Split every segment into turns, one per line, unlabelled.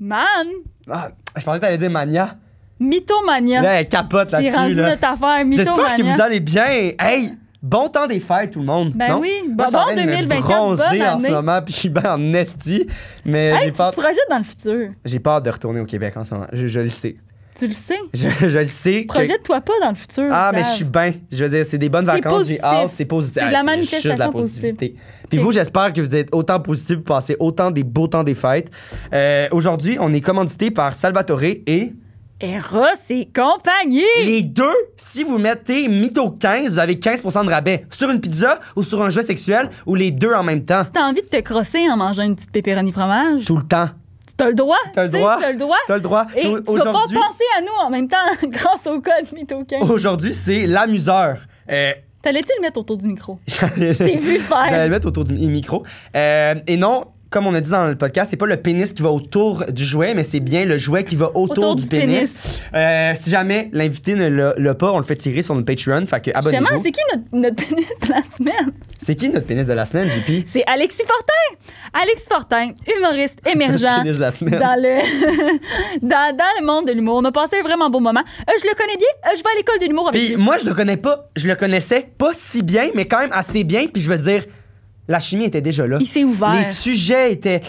Man!
Ah, je pensais que t'allais dire mania.
Mythomania.
Là, elle capote
C'est rendu
là-dessus. là.
notre affaire,
J'espère que
mythomania.
vous allez bien. Hey, bon temps des fêtes, tout le monde.
Ben
non?
oui,
Moi,
bon,
je suis en
bon
train de me
2024, bonne
bronzer en ce
année.
moment, puis je suis bien en esti. Mais
Hey,
j'ai
tu
peur,
te projettes dans le futur.
j'ai peur de retourner au Québec en ce moment. Je, je le sais.
Tu le sais.
Je, je le sais. que-
Projette-toi pas dans le futur.
Ah, mais
Dave.
je suis bien. Je veux dire, c'est des bonnes
C'est
vacances, j'ai
positif.
hâte, c'est positif.
C'est de la
Ah,
manifestation
juste de la
positive.
positivité. Puis
Ok.
vous, j'espère que vous êtes autant positif, vous passez autant des beaux temps des fêtes. Euh, Aujourd'hui, on est commandité par Salvatore et
Eros et compagnie!
les deux, si vous mettez Mytho 15, vous avez 15% de rabais sur une pizza ou sur un jouet sexuel ou les deux en même temps.
Si t'as envie de te crosser en mangeant une petite pépéroni fromage,
hein. Tout le temps.
t'as le droit.
T'as le
tu sais,
droit.
T'as le droit.
T'as le droit.
Et
Au-
tu vas pas
Aujourd'hui,
penser à nous en même temps grâce au code mythoquin.
aujourd'hui, c'est l'amuseur. Euh,
T'allais-tu le mettre autour du micro?
j'allais-
T'es vu
J'allais
faire.
le mettre autour du micro. Euh, et non, comme on a dit dans le podcast, c'est pas le pénis qui va autour du jouet, mais c'est bien le jouet qui va autour, du, pénis. Euh, si jamais l'invité ne l'a l'a pas, on le fait tirer sur notre Patreon. Fait que
Justement,
abonnez-vous.
c'est qui notre, notre pénis de la semaine?
C'est qui notre pénis de la semaine, JP?
C'est Alexis Fortin. Alexis Fortin, humoriste émergent.
pénis de la semaine.
Dans le, dans, dans le monde de l'humour. On a passé un vraiment bon moment. Euh, je le connais bien. Euh, je vais à l'école de l'humour avec
Puis
lui.
moi, je le connais pas. Je le connaissais pas si bien, mais quand même assez bien. Puis je veux dire, la chimie était déjà là.
Il s'est ouvert.
Les sujets étaient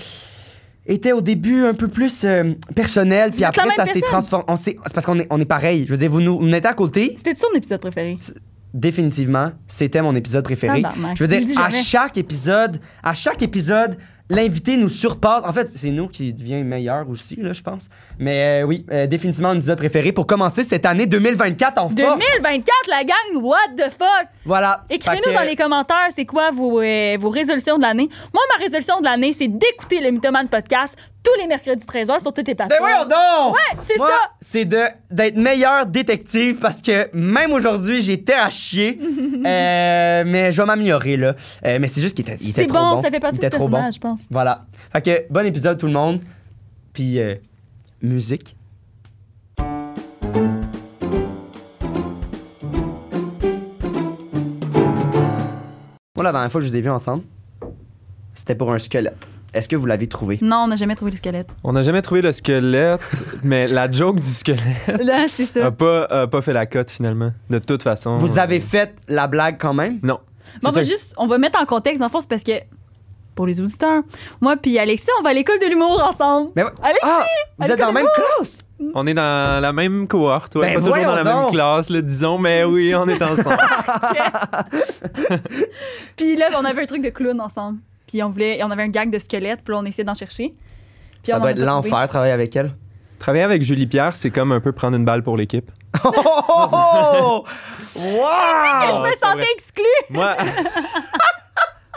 étaient au début un peu plus euh, personnels. Puis
êtes la
après,
même
ça s'est
personne.
transformé. on s'est- C'est parce qu'on est, on est pareil. Je veux dire, vous nous vous nous mettez à côté.
C'était son épisode préféré.
définitivement, c'était mon épisode préféré.
Tabarnak,
Je veux
il le
dire,
dit
à
jamais.
chaque épisode, à chaque épisode, l'invité nous surpasse. En fait, c'est nous qui devient meilleur aussi, là, je pense. Mais euh, oui, euh, définitivement, mon épisode préféré pour commencer cette année 2024 en force.
2024, la gang, what the fuck?
Voilà. Fait
Écrivez-nous
que-
dans les commentaires, c'est quoi vos, euh, vos résolutions de l'année. Moi, ma résolution de l'année, c'est d'écouter le Mythoman Podcast tous les mercredis 13h sur toutes les
Ben
plateformes.
oui, donc!
Ouais, c'est
Moi,
ça.
C'est de d'être meilleur détective parce que même aujourd'hui, j'étais à chier. Euh, mais je vais m'améliorer, là. Euh, mais c'est juste qu'il était, il était
C'est
trop
bon,
bon.
ça fait partie
il était
du
trop bon.
personnage, je pense.
Voilà. Fait que bon épisode tout le monde. Puis euh, musique. Moi, la dernière fois que je vous ai vu ensemble, c'était pour un squelette. Est-ce que vous l'avez trouvé?
Non, on n'a jamais trouvé le squelette.
On n'a jamais trouvé le squelette, mais la joke du squelette
Là, c'est
Ah,
a
ça.
pas, a pas fait la cote finalement. De toute façon.
Vous
euh,
avez fait la blague quand même?
Non.
Bon, on
C'est
va
ça.
juste, on va mettre en contexte, dans le fond, c'est parce que, pour les auditeurs, moi puis Alexis, on va à l'école de l'humour ensemble.
Mais ouais.
Alexis!
Ah! Vous
Allez,
êtes dans la même classe!
On est dans la même cohorte, ouais.
Ben
pas toujours dans la
voyons donc.
même classe, le disons, mais oui, on est ensemble.
Puis là, ben, on avait un truc de clown ensemble. Puis on voulait, on avait un gag de squelette, puis là, on essayait d'en chercher. Puis
Ça
on en
doit
a
être
pas trouvé.
l'enfer, travailler avec elle.
Travailler avec Julie Pierre, c'est comme un peu prendre une balle pour l'équipe.
Oh! oh, oh, oh!
Que Ah, je
Wow!
me
Ah, c'est pas
sentais
vrai.
exclue!
Moi,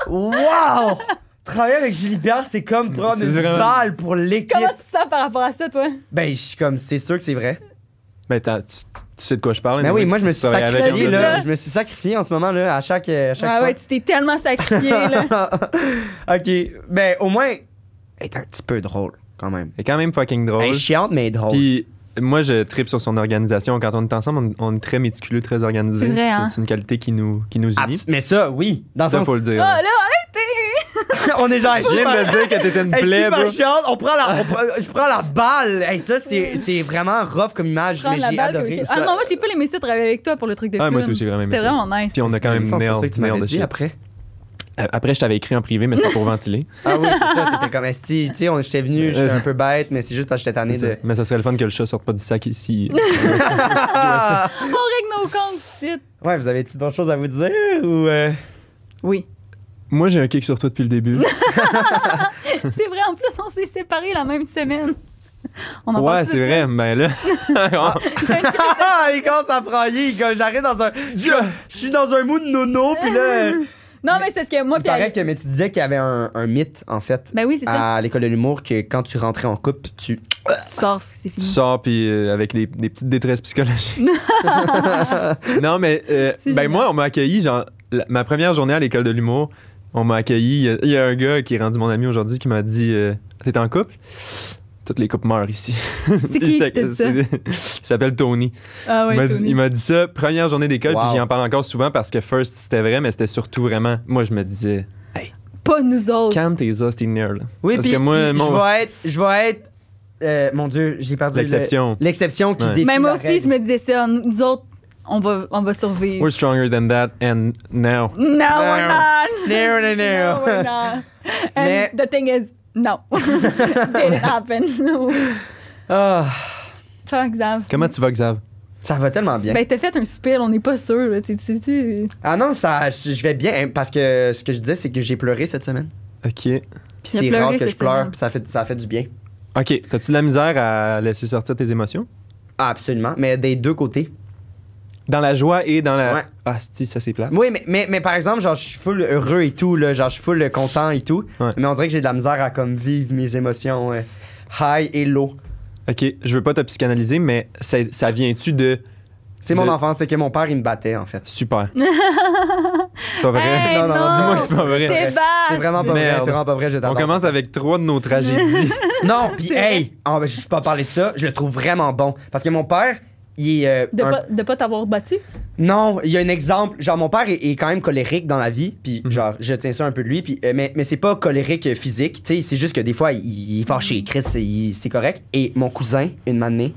Wow! Travailler avec Julie Pierre, c'est comme prendre
C'est
une
vraiment-
balle pour l'équipe.
Comment tu te sens par rapport à ça, toi?
Ben, je suis comme, c'est sûr que c'est vrai.
ben, t'as- tu, tu sais de quoi je parle.
Ben oui,
anyway,
moi,
tu-
je me
tu
suis
travailles avec
sacrifié,
Antoine.
là. Je me suis sacrifié en ce moment, là, à chaque, à chaque
Ouais, ouais, tu t'es tellement sacrifié, là. Ah,
fois. ok. Ben, au moins, elle est un petit peu drôle, quand même.
Elle est quand même fucking
Elle
drôle.
est chiante, mais elle est Ben, drôle.
Puis moi, je tripe sur son organisation. Quand on est ensemble, on, on est très méticuleux, très organisé.
C'est vrai, hein?
une qualité qui nous, qui nous unit.
Abs- mais ça, oui. Dans le
Ça,
sens,
faut le dire.
Ah, là, arrêtez!
on est genre,
Je viens de
super-
dire que t'étais une
Hey,
plaie,
super
bro.
chiante, on prend la, on prend- je prends la balle. Hey, ça, c'est c'est vraiment rough comme image,
Prendre
mais
la
j'ai
balle,
adoré.
Kevin. Ah
Ça-
non, moi, j'ai pas les messieurs de travailler avec toi pour le truc de
Ah, moi,
clown.
tout, j'ai vraiment aimé
C'était
ça.
vraiment nice.
Puis on a quand même
Ça, c'est pour ça
nailed,
que tu m'avais
nailed the
dit
shit.
après.
Euh, Après, je t'avais écrit en privé, mais c'était pour ventiler.
Ah oui, c'est ça, t'étais comme esti, tu sais, on- j'étais venu, j'étais un peu bête, mais c'est juste parce que j'étais tanné
C'est ça.
de...
Mais ça serait le fun que le chat sorte pas du sac ici.
Ah!
On règle nos comptes, vite.
Ouais, vous avez-tu d'autres choses à vous dire ou... euh,
Oui.
Moi, j'ai un kick sur toi depuis le début.
C'est vrai, en plus, on s'est séparés la même semaine. On en
ouais,
parle tout
c'est
de
vrai. Ben là,
Ah, il commence à brailler, comme j'arrive dans un... Je je suis dans un mood nono, puis là... euh,
suite. Non, mais c'est ce que moi,
Il
puis
paraît
Alex-
que mais tu disais qu'il y avait un, un mythe, en fait,
Ben oui, c'est ça.
à l'école de l'humour, que quand tu rentrais en couple, tu...
Tu sors, c'est
tu
fini.
sors puis euh, avec des, des petites détresses psychologiques. non, mais euh,
C'est
ben
génial.
moi, on m'a accueilli, genre, la- ma première journée à l'école de l'humour, on m'a accueilli. Il y a- Il y, a un gars qui est rendu mon ami aujourd'hui qui m'a dit euh, T'es en couple Toutes les couples meurent ici.
C'est qui qui t'a dit ça?
Il s'appelle Tony.
Ah
Il m'a
ouais,
dit-
Tony.
il m'a dit ça, première journée d'école,
Wow.
puis j'y en parle encore souvent parce que first, c'était vrai, mais c'était surtout vraiment. Moi, je me disais,
Pas nous autres.
calme tes os, tes nerfs. Là.
Oui,
parce
puis
que moi,
puis
mon-
je vais être... Je vais être... euh, mon Dieu, j'ai perdu le-
L'exception.
L'exception qui
Ouais.
défie
Mais moi
la
aussi,
règle.
je me disais ça. Nous autres, on va, on va survivre.
We're stronger than that, and now.
No, we're not.
No, no, no.
No, we're not. And
Mais-
the thing is, no. Didn't happen.
Ah,
Par exemple.
Comment tu vas, Xav?
ça va tellement bien.
Ben, t'as fait un super, on n'est pas sûr. là. T'es- t'es- t'es-
Ah non, ça, je je vais bien hein, parce que ce que je disais, c'est que j'ai pleuré cette semaine.
Ok.
Puis
Il a
c'est rare
pleuré
que je
cette
pleure,
semaine.
puis ça fait, ça fait du bien.
Ok, t'as-tu de la misère à laisser sortir tes émotions?
Ah, absolument, mais des deux côtés.
Dans la joie et dans la.
Ouais.
Ah, si, ça c'est plat.
Oui, mais, mais, mais par exemple, genre, je suis full heureux et tout, là, genre, je suis full content et tout.
Ouais.
Mais on dirait que j'ai de la misère à comme vivre mes émotions euh, high et low.
Ok, je veux pas te psychanalyser, mais ça, ça vient-tu de
C'est mon
De-
enfance, c'est que mon père, il me battait en fait.
super? c'est pas vrai.
Hey,
Non,
non,
non, non,
Dis-moi que c'est pas vrai.
Ah, C'est bad.
C'est vraiment pas vrai,
Merde.
c'est vraiment pas vrai, je
On
t'adore.
commence avec trois de nos tragédies.
Non, puis
C'est vrai.
hey, ah, ben, je peux pas parler de ça, je le trouve vraiment bon. Parce que mon père, il est. euh,
De
un-
pas, de pas t'avoir battu?
Non, il y a un exemple. Genre, mon père est, est quand même colérique dans la vie, puis
Mhm.
genre, je tiens ça un peu de lui, puis, euh, mais, mais c'est pas colérique euh, physique, tu sais, c'est juste que des fois, il, il est
Mhm.
fâché. Chris, il- c'est correct. Et mon cousin, une année,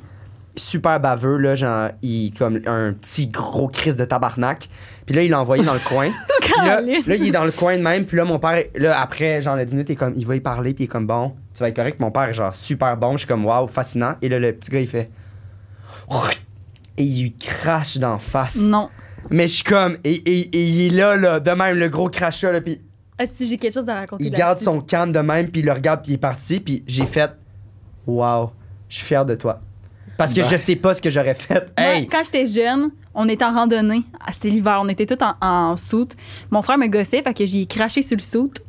super baveux, là, genre, il comme un petit gros Chris de tabarnak, puis là, il l'a envoyé dans le coin. Puis là,
Caroline.
là, il est dans le coin de même. Puis là, mon père, là, après, genre, le dîner, t'es comme, il va y parler. Puis il est comme, bon, tu vas être correct. Mon père, est genre, super bon. Je suis comme, waouh, fascinant. Et là, le petit gars, il fait. Et il lui crache d'en face.
Non.
Mais je suis comme, et, et- et il est là, là, de même, le gros crachat, là. Puis
Ah, si j'ai quelque chose à raconter.
il garde
là-dessus.
son calme de même, puis il le regarde, puis il est parti. Puis j'ai fait, waouh, je suis fier de toi. Parce que
Ben.
je sais pas ce que j'aurais fait.
Moi,
Hey!
quand j'étais jeune, on était en randonnée. Ah, C'était l'hiver, on était tous en, en soute. Mon frère me gossait, fait que j'y ai craché sur le soute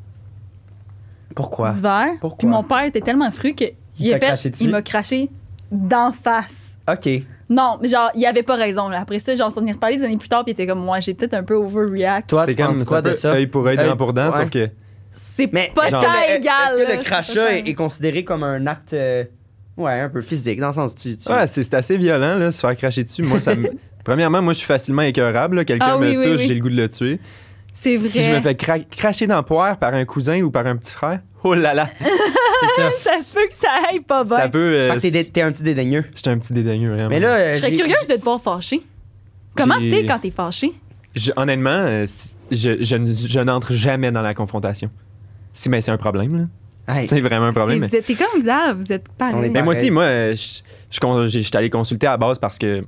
Pourquoi?
d'hiver.
Pourquoi?
Puis mon père était tellement fru que
Il
il,
t'a
a fait-
craché dessus?
il m'a craché d'en face.
Ok.
Non, mais genre, il avait pas raison. là. Après ça, genre, on s'en est reparlé des années plus tard, puis il était comme, moi, j'ai peut-être un peu overreact.
Toi,
C'est
tu penses quoi
un peu
de ça?
Œil pour œil,
Œil-
dent pour dent,
ouais.
sauf que.
C'est
Mais
pas
est-ce
tant
que le- est-
égal.
Est-ce que
là.
le
C'est
crachat
pas
est,
tant-
est considéré comme un acte, euh, ouais, un peu physique, dans le sens tu, tu-
Ouais, c'est c'est assez violent, là, se faire cracher dessus. Moi, ça me- Premièrement, moi, je suis facilement écœurable. là. Quelqu'un
Ah
me
oui, oui,
touche,
oui.
j'ai le goût de le tuer.
C'est vrai.
Si je me fais cra- cracher dans le poire par un cousin ou par un petit frère, oh là là,
c'est ça.
Ça se peut que ça aille pas bien.
ça peut. euh,
Fait que t'es, dé- t'es un petit dédaigneux.
J'étais un petit dédaigneux, vraiment.
Mais là, euh,
Je serais
j'ai-
curieuse de te voir fâché. Comment
J'ai-
t'es quand t'es fâché?
Je- honnêtement, euh, si- je, je ne- je n'entre jamais dans la confrontation. Si, mais c'est un problème, là.
Hey,
C'est vraiment un problème. Mais,
C'est- T'es comme Xav, vous êtes
On est
pareil.
mais moi
pareil.
aussi, moi, euh, je je con- j'ai- j'étais allé consulter à la base parce que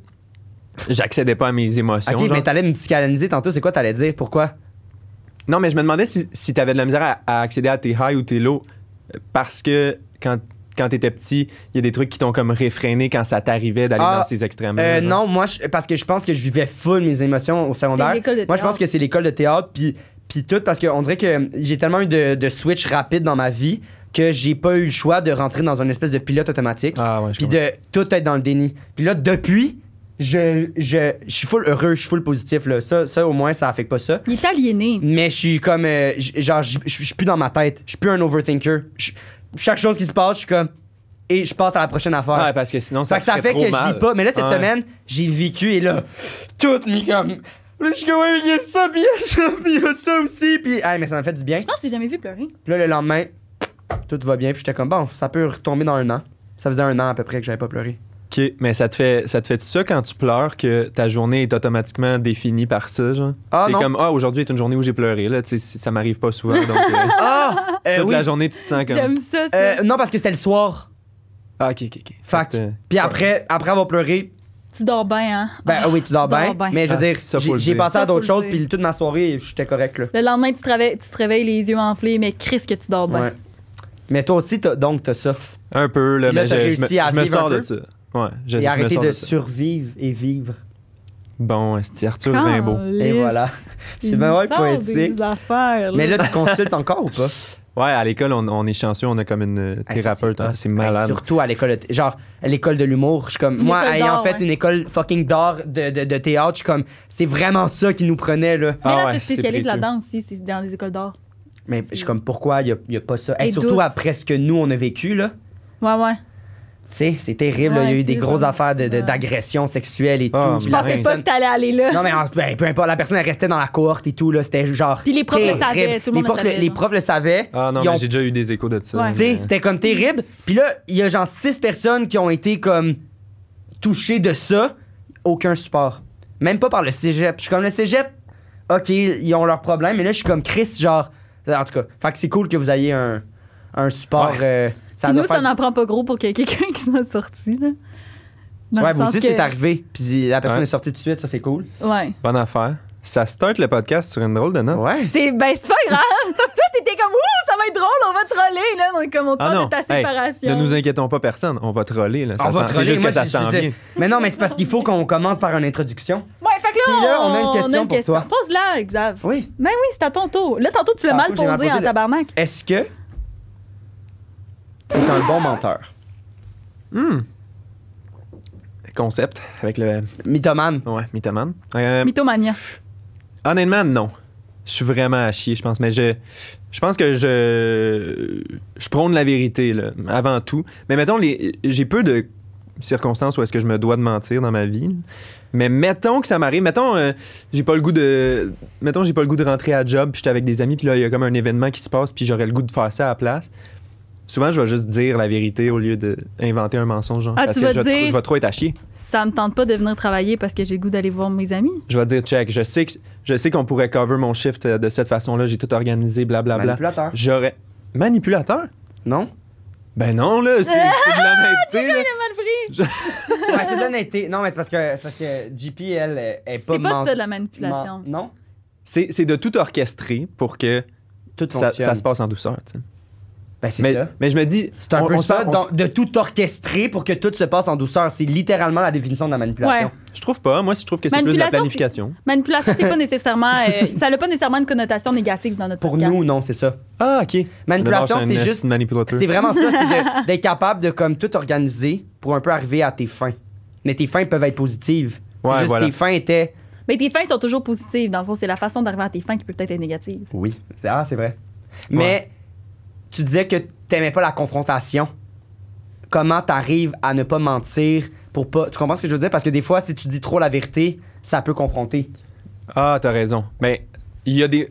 j'accédais pas à mes émotions.
ok,
genre.
mais t'allais me psychanalyser tantôt. C'est quoi t'allais dire Pourquoi
Non, mais je me demandais si, si t'avais de la misère à, à accéder à tes highs ou tes lows euh, parce que quand, quand t'étais petit, il y a des trucs qui t'ont comme réfréné quand ça t'arrivait d'aller
Ah,
dans ces extrêmes.
Euh, Non, moi, je- parce que je pense que je vivais full mes émotions au secondaire.
C'est l'école de
Moi, je
théâtre.
pense que c'est l'école de théâtre, puis puis tout, parce qu'on dirait que j'ai tellement eu de, de switch rapide dans ma vie que j'ai pas eu le choix de rentrer dans une espèce de pilote automatique.
Ah ouais, je
puis
comprends.
de tout être dans le déni. Puis là, depuis, je, je, je suis full heureux, je suis full positif. Là. Ça, ça, au moins, ça affecte pas ça.
Il est aliéné.
Mais je suis comme. euh, j- genre, je je- je suis plus dans ma tête. Je suis plus un overthinker. Je- chaque chose qui se passe, je suis comme. Et je passe à la prochaine affaire.
Ouais, parce que sinon,
Ça
ça,
fait que ça
te
fait
trop
que je
mal.
vis pas. Mais là, cette
Ouais.
semaine, j'ai vécu et là, tout mis comme. Là, je suis comme, ouais, il y a ça, puis il y a ça, puis il y a ça aussi. Puis, ah, mais ça m'a fait du bien.
Je pense que j'ai jamais vu pleurer.
Puis là, le lendemain, tout va bien. Puis j'étais comme, bon, ça peut retomber dans un an. Ça faisait un an à peu près que j'avais pas pleuré.
Ok, mais ça te fait ça te fait ça quand tu pleures que ta journée est automatiquement définie par ça, genre.
Ah,
T'es
non.
comme ah aujourd'hui est une journée où j'ai pleuré là, tu sais c'est- ça m'arrive pas souvent donc euh,
Ah! Euh,
toute
oui.
la journée tu te sens comme
J'aime ça. ça.
Euh, non, parce que c'était le soir.
ah ok ok ok.
Fact. Puis après, après avoir pleuré,
tu dors bien, hein?
ben ah oui, tu dors bien. Mais je veux
Ah,
dire,
ça, faut
j'ai-
le
j'ai
dire.
passé
Ça,
à d'autres
faut le
choses,
dire.
puis toute ma soirée, j'étais correct, là.
Le lendemain, tu te, réveilles, tu te réveilles les yeux enflés, mais Chris, que tu dors bien.
Ouais. Mais toi aussi, t'as- donc, t'as ça.
Un peu là,
Puis là,
mais
t'as
je, je me-
réussi à
je me
vivre un
sors de
peu.
ça. Ouais, je,
et
je me
arrêter
sors
de,
de, ça.
survivre et vivre.
Bon, esti, Arthur Rimbaud.
euh,
Et voilà. C'est bien ouais, poétique. Mais là, tu consultes encore ou pas?
Ouais, à l'école on, on est chanceux, on a comme une euh,
Hey, ça,
thérapeute, hein,
hot.
c'est
Hey,
malade.
surtout à l'école, de- genre, à l'école de l'humour, je suis comme, moi,
L'école
ayant
d'art,
fait
ouais.
une école fucking d'art de, de, de théâtre, je suis comme, c'est vraiment ça qui nous prenait, là.
Mais là,
Ah ouais,
c'est
c'est
spécialiste
précieux.
là-dedans aussi, c'est dans les écoles d'art.
Mais je suis comme, pourquoi il n'y a, y a pas ça?
Et
Hey, surtout
douce.
après ce que nous, on a vécu, là.
Ouais, ouais.
sais, c'est terrible. là. Il y a
Ouais,
eu des
c'est
grosses
ça.
affaires de- de-
Ouais.
d'agressions sexuelles et
Ah,
tout.
Je
puis la
pensais pas
personne-
que t'allais aller là.
Non, mais en- ben, peu importe, la personne elle restait dans la cohorte et tout, là, c'était genre.
Puis les profs le
terrible.
savaient, tout le monde
les
le
profs
savait,
Les
là.
profs le savaient.
Ah non,
Ils ont-
mais j'ai déjà eu des échos de ça.
Ouais.
mais- euh,
tu sais, c'était comme terrible. Puis là, il y a genre six personnes qui ont été comme touchées de ça. Aucun support. Même pas par le cégep. Je suis comme le cégep, ok, ils ont leurs problèmes. Mais là, je suis comme Chris, genre. En tout cas, fait que c'est cool que vous ayez un, un support.
Ouais.
euh, ça
Puis
doit
nous,
faire
ça n'en prend pas gros pour qu'il y ait quelqu'un qui soit sorti. Là. Dans
Ouais,
le
vous
sens
aussi,
que-
c'est arrivé. Puis la personne
Ouais.
est sortie tout de suite, ça, c'est cool.
Ouais.
Bonne affaire. Ça start le podcast sur une drôle de note.
Ouais.
C'est ben c'est pas grave. Toi t'étais comme ouh ça va être drôle, on va troller là, on est comme on
Ah
parle
non,
de ta
hey,
séparation.
ne nous inquiétons pas personne, on va troller. Là. Ça
On va
sent-
troller,
C'est juste
moi,
que ça
je-
s'en
je-
vient.
Mais non, mais c'est parce qu'il faut qu'on commence par une introduction.
Ouais, fait que là,
Puis là, on a une question pour toi.
Pose la, Xav.
Oui.
Ben oui, c'est à ton tour. Là tantôt tu l'as
Tantôt,
mal
j'ai mal
posé
posé
en
le-
tabarnak.
Est-ce que t'es un bon menteur?
Hmm. Concept avec le.
Mythomane.
Ouais, mythoman. Euh,
Mythomania.
Honnêtement, non. Je suis vraiment à chier, je pense. Mais je, je pense que je, je prône la vérité, là, avant tout. Mais mettons, les, j'ai peu de circonstances où est-ce que je me dois de mentir dans ma vie. Mais mettons que ça m'arrive. Mettons, euh, j'ai pas le goût de. Mettons, j'ai pas le goût de rentrer à job, puis j'étais avec des amis, puis là, il y a comme un événement qui se passe, puis j'aurais le goût de faire ça à la place. Souvent, je vais juste dire la vérité au lieu d'inventer un mensonge. genre,
Ah,
parce
tu
que
vas
je, vais tr-
dire-
je vais trop être à chier.
Ça me tente pas de venir travailler parce que j'ai le goût d'aller voir mes amis.
Je vais dire check. Je sais que je sais qu'on pourrait cover mon shift euh, de cette façon-là. J'ai tout organisé, blablabla.
Manipulateur.
J'aurais manipulateur.
Non?
Ben non là, c'est c'est de l'honnêteté. là.
Mal pris.
Ouais, c'est de l'honnêteté. Non, mais c'est parce que, c'est parce que JP, elle, est- est pas
C'est pas
ment-
ça, de la manipulation.
ment- non?
C'est c'est de tout orchestrer pour que
Tout
ça,
fonctionne.
ça se passe en douceur. tu sais.
Ben, c'est
Mais,
ça.
mais je me dis,
C'est un
on-
peu
on se
ça,
parle- on
donc, de tout orchestrer pour que tout se passe en douceur. C'est littéralement la définition de la manipulation.
Ouais.
se- je trouve pas. Moi, je trouve que c'est plus de la
Manipulation,
planification.
Manipulation, c'est pas nécessairement. euh, ça n'a pas nécessairement une connotation négative dans notre
Pour
podcast.
nous, non, c'est ça.
Ah ok.
Manipulation,
D'abord, j'étais
c'est
un
juste-
esti de manipulateur.
C'est vraiment ça, c'est de- d'être capable de comme tout organiser pour un peu arriver à tes fins. Mais tes fins peuvent être positives. C'est
Ouais,
juste
voilà.
tes fins étaient.
Mais tes fins sont toujours positives. Dans le fond, c'est la façon d'arriver à tes fins qui peut peut-être être négative.
Oui. Ah, c'est vrai. Mais tu disais que t'aimais pas la confrontation. Comment t'arrives à ne pas mentir pour pas. Tu comprends ce que je veux dire? Parce que des fois, si tu dis trop la vérité, ça peut confronter.
Ah, t'as raison. Mais il y a des.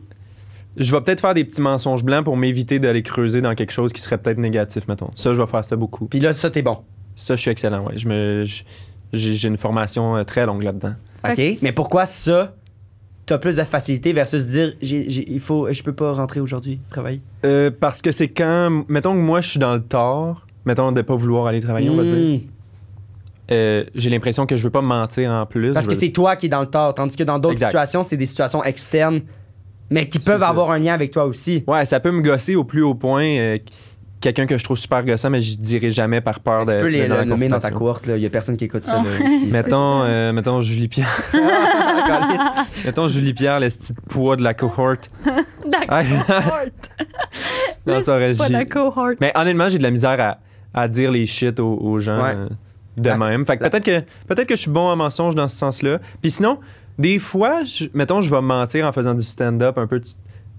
Je vais peut-être faire des petits mensonges blancs pour m'éviter d'aller creuser dans quelque chose qui serait peut-être négatif, mettons. Ça, je vais faire ça beaucoup.
Puis là, ça, t'es bon.
Ça, je suis excellent, ouais. Je me, je- j'ai j'ai une formation euh, très longue là-dedans.
Fait
OK?
que-
Mais pourquoi ça, t'as plus de facilité versus dire, j'ai, j'ai- il faut, je peux pas rentrer aujourd'hui, travailler?
Euh, parce que c'est quand, mettons que moi, je suis dans le tort, mettons de pas vouloir aller travailler, on va
Hmm.
dire. Euh, j'ai l'impression que je veux pas mentir en plus.
Parce
Je
que
veux-
c'est toi qui es dans le tort, tandis que dans d'autres
Exact.
situations, c'est des situations externes, mais qui
C'est
peuvent
ça.
avoir un lien avec toi aussi.
Ouais, ça peut me gosser au plus haut point. euh, Quelqu'un que je trouve super gossant, mais je dirai jamais par peur de.
tu peux les,
de- Ben, dans
le
la
nommer dans ta
confrontation.
cohorte, il y a personne qui écoute ça.
Ah.
là, ici.
Mettons, euh, mettons Julie Pierre. mettons Julie Pierre, le petit poids de la cohorte.
D'accord.
Non, ça aurait-
Pas
j'ai-
la cohorte.
Mais honnêtement, j'ai de la misère à, à dire les shit aux, aux gens
Ouais.
euh, de
La-
même. Fait que
la-
peut-être que peut-être que je suis bon en mensonge dans ce sens-là. Puis sinon, des fois, je- mettons, je vais mentir en faisant du stand-up un peu. Tu,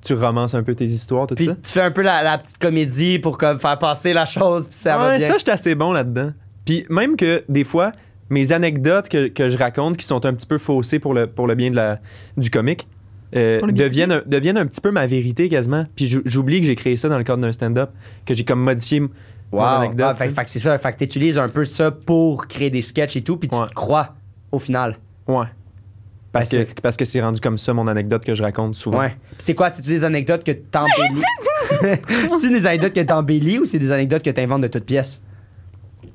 tu romances un peu tes histoires, tout
Puis
ça.
tu fais un peu la, la petite comédie pour comme faire passer la chose, puis ça va
Ouais,
bien.
ça, j'étais assez bon là-dedans. Puis même que des fois, mes anecdotes que, que je raconte, qui sont un petit peu faussées pour le, pour le bien de la, du comique, euh,
Pour le bien du
deviennent, un, deviennent un petit peu ma vérité quasiment. Puis j'ou- j'oublie que j'ai créé ça dans le cadre d'un stand-up, que j'ai comme modifié m-
Wow.
mon anecdote.
Ah, fait,
tu sais.
fait que c'est ça. Fait que t'utilises un peu ça pour créer des sketchs et tout, puis tu
Ouais.
te crois au final.
Ouais. Parce
Ben,
que, parce que c'est rendu comme ça mon anecdote que je raconte souvent.
Ouais. Puis c'est quoi? C'est-tu des anecdotes que t'embellis? c'est des anecdotes que t'embellis ou c'est des anecdotes que t'inventes de toutes pièces?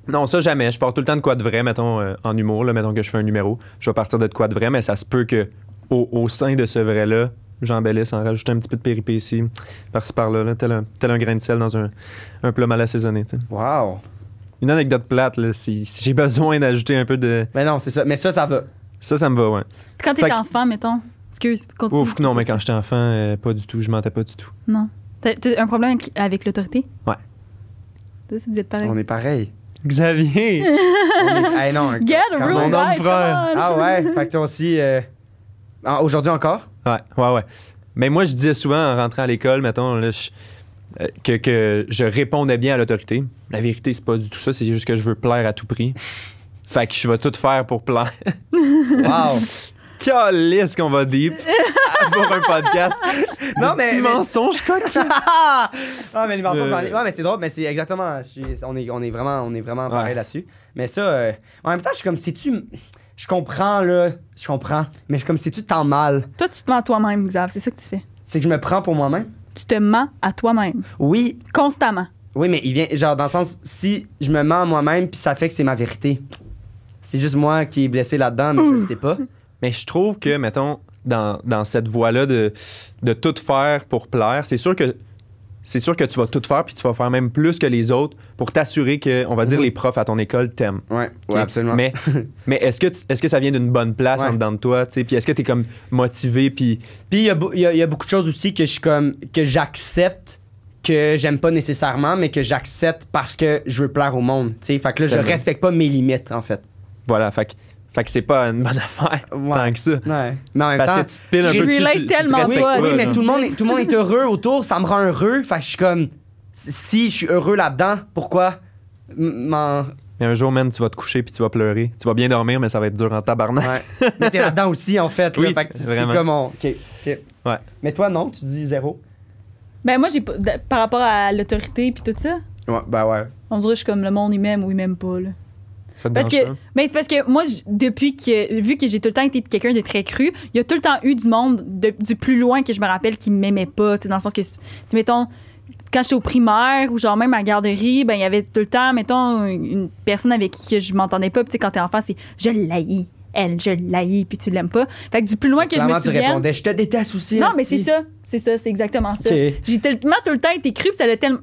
Non, ça jamais. Je pars tout le temps de quoi de vrai, mettons, euh, en humour, là, mettons que je fais un numéro. Je vais partir de quoi de vrai, mais ça se peut que au, au sein de ce vrai-là, j'embellisse en rajoutant un petit peu de péripéties par-ci par-là, là, tel, un, tel un grain de sel dans un, un plat mal assaisonné. tu sais.
Wow.
Une anecdote plate, là, si, si j'ai besoin d'ajouter un peu de.
Mais non, c'est ça. Mais ça, ça va.
Ça, ça me va, ouais.
Puis quand t'es
Fait que-
enfant, mettons. Excuse, continue.
Ouf, non, mais quand j'étais enfant, euh, pas du tout, je mentais pas du tout.
Non. T'as t'as un problème avec- avec l'autorité?
Ouais.
Toi, si vous êtes pareil.
On est pareil.
Xavier!
On est- Hey, non,
Get a
quand
real
même.
Mon homme
life,
frère.
come on.
Ah ouais? Fait que toi aussi. euh, ah, Aujourd'hui encore?
Ouais, ouais, ouais. Mais moi, je disais souvent en rentrant à l'école, mettons, là, je, euh, que, que je répondais bien à l'autorité. La vérité, c'est pas du tout ça, c'est juste que je veux plaire à tout prix. Fait que je vais tout faire pour plaire.
Wow.
Calisse qu'on va deep pour un podcast.
Non,
Des
mais-
petits
mais-
mensonges coquins.
ah, mais les mensonges,
Euh.
j'en ai- ouais, mais c'est drôle, mais c'est exactement. je suis- on, est, on est vraiment, on est vraiment pareil
Ouais.
là-dessus. Mais ça, euh, en même temps, je suis comme si tu. Je comprends, là. Je comprends. Mais je suis comme si tu te tends mal.
Toi, tu te mens à toi-même, Xav. C'est ça que tu fais.
C'est que je me prends pour moi-même.
Tu te mens à toi-même.
Oui,
Constamment.
oui, mais il vient. Genre, dans le sens, si je me mens à moi-même, puis ça fait que c'est ma vérité. C'est juste moi qui est blessé là-dedans, mais je le sais pas.
Mais je trouve que, mettons, dans, dans cette voie-là de, de tout faire pour plaire, c'est sûr que c'est sûr que tu vas tout faire puis tu vas faire même plus que les autres pour t'assurer que, on va dire,
Mhm.
les profs à ton école t'aiment.
Ouais,
Ok? Mais, mais est-ce que, tu- est-ce que ça vient d'une bonne place
Ouais.
en dedans de toi? tu sais? Puis est-ce que tu es comme motivé? Puis
Puis il y a, beau- il y a- il y a beaucoup de choses aussi que je suis comme que j'accepte que j'aime pas nécessairement, mais que j'accepte parce que je veux plaire au monde. tu sais. Fait que là, je
Tellement.
respecte pas mes limites, en fait.
voilà, fait, que- fait que c'est pas une bonne affaire
Ouais.
tant que ça.
Ouais. Mais en même
Parce que
temps,
tu te piles un peu.
Relate
si tu- tu te
tellement
respectes
pas,
oui, mais
genre.
tout le, monde est, tout le monde est heureux autour, ça me rend heureux. Fait que je suis comme, si je suis heureux là-dedans, pourquoi m- m'en.
Mais un jour, man, tu vas te coucher puis tu vas pleurer. Tu vas bien dormir, mais ça va être dur en tabarnak.
Ouais. mais t'es là-dedans aussi, en fait. là.
Oui,
fait que c'est
vraiment.
comme on. Ok, ok.
Ouais.
Mais toi, non, tu dis zéro.
Ben, moi, j'ai pas- de- par rapport à l'autorité puis tout ça,
Ouais,
ben
bah ouais.
on dirait que je suis comme le monde, il m'aime ou il m'aime pas, là.
Ça te
Parce
dérange
que,
pas?
ben, c'est parce que moi, j- depuis que, vu que j'ai tout le temps été quelqu'un de très cru, il y a tout le temps eu du monde de- du plus loin que je me rappelle qui m'aimait pas, tu sais, dans le sens que, tu sais, mettons, quand j'étais au primaire ou genre même à la garderie, ben, il y avait tout le temps, mettons, une une personne avec qui que je m'entendais pas, puis tu sais, quand t'es enfant, c'est je l'haïs, elle, je l'haïs, puis tu l'aimes pas. Fait que du plus loin que je
Clairement,
me
tu
souvienne.
répondais, je te déteste aussi.
Non,
hostie.
mais c'est ça, c'est ça, c'est exactement ça.
Ok.
J'ai tellement tout le temps été crue, puis ça l'a tellement.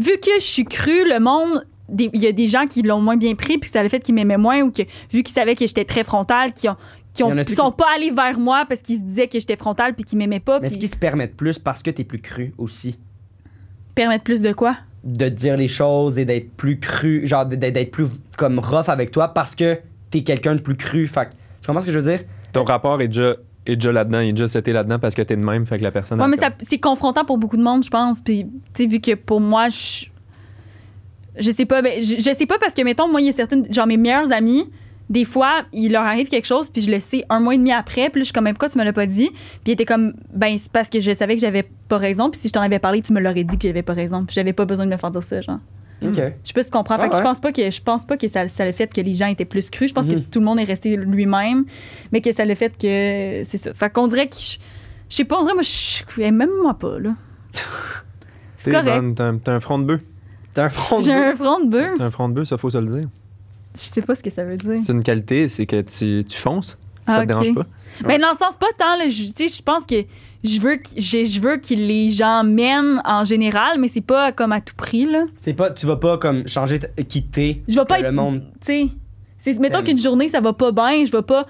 Vu que je suis crue, le monde. des- Il y a des gens qui l'ont moins bien pris, puis ça le fait qu'ils m'aimaient moins, ou que vu qu'ils savaient que j'étais très frontale, qui ont. Qui ont-
Il y en a-tu
qui sont pas allés vers moi parce qu'ils se disaient que j'étais frontale puis qu'ils m'aimaient pas.
Mais
Puis
est-ce qu'ils se permettent plus parce que t'es plus cru aussi?
permettre plus de quoi?
De dire les choses et d'être plus cru, genre d- d- d'être plus comme rough avec toi parce que t'es quelqu'un de plus cru. Fait que, tu comprends ce que je veux dire?
Ton rapport est déjà, est déjà là-dedans, il est déjà seté là-dedans parce que t'es de même, fait que la personne.
Ouais,
elle
mais ça-
comme-
c'est confrontant pour beaucoup de monde, je pense. Puis, tu sais, vu que pour moi, je. Je sais pas, ben, je, je sais pas parce que, mettons, moi, il y a certaines. Genre, mes meilleurs amis, des fois, il leur arrive quelque chose, puis je le sais un mois et demi après, puis là, je suis comme, mais pourquoi tu me l'as pas dit? Puis il était comme, ben, c'est parce que je savais que j'avais pas raison, puis si je t'en avais parlé, tu me l'aurais dit que j'avais pas raison, puis j'avais pas besoin de me faire dire ça, genre.
Ok.
Je sais pas si tu comprends. Fait
Ah
que je
ouais.
pense pas que je pense pas que ça, ça le fait que les gens étaient plus crus. Je pense
Mhm.
que tout le monde est resté lui-même, mais que ça le fait que c'est ça. Fait qu'on dirait que je, je sais pas, on dirait moi je eh, même moi pas là. C'est
T'sais,
correct. Hum.
Van, T'as un, t'as un front de bœuf.
T'es un front de
J'ai
bœuf.
un front de bœuf.
T'as un front de bœuf, ça faut se le dire.
Je sais pas ce que ça veut dire.
C'est une qualité, c'est que tu, tu fonces.
Ah,
Ça te
ok.
dérange pas.
Ben dans le sens pas tant là, je tu sais, je pense que je veux que j'ai- je veux que les gens m'aiment en général, mais c'est pas comme à tout prix là.
C'est pas, tu vas pas comme changer, ta- quitter
Je vais pas
que
être
le monde. Ben
tu sais, c'est- mettons
T'aimes.
qu'une journée ça va pas bien, je vais pas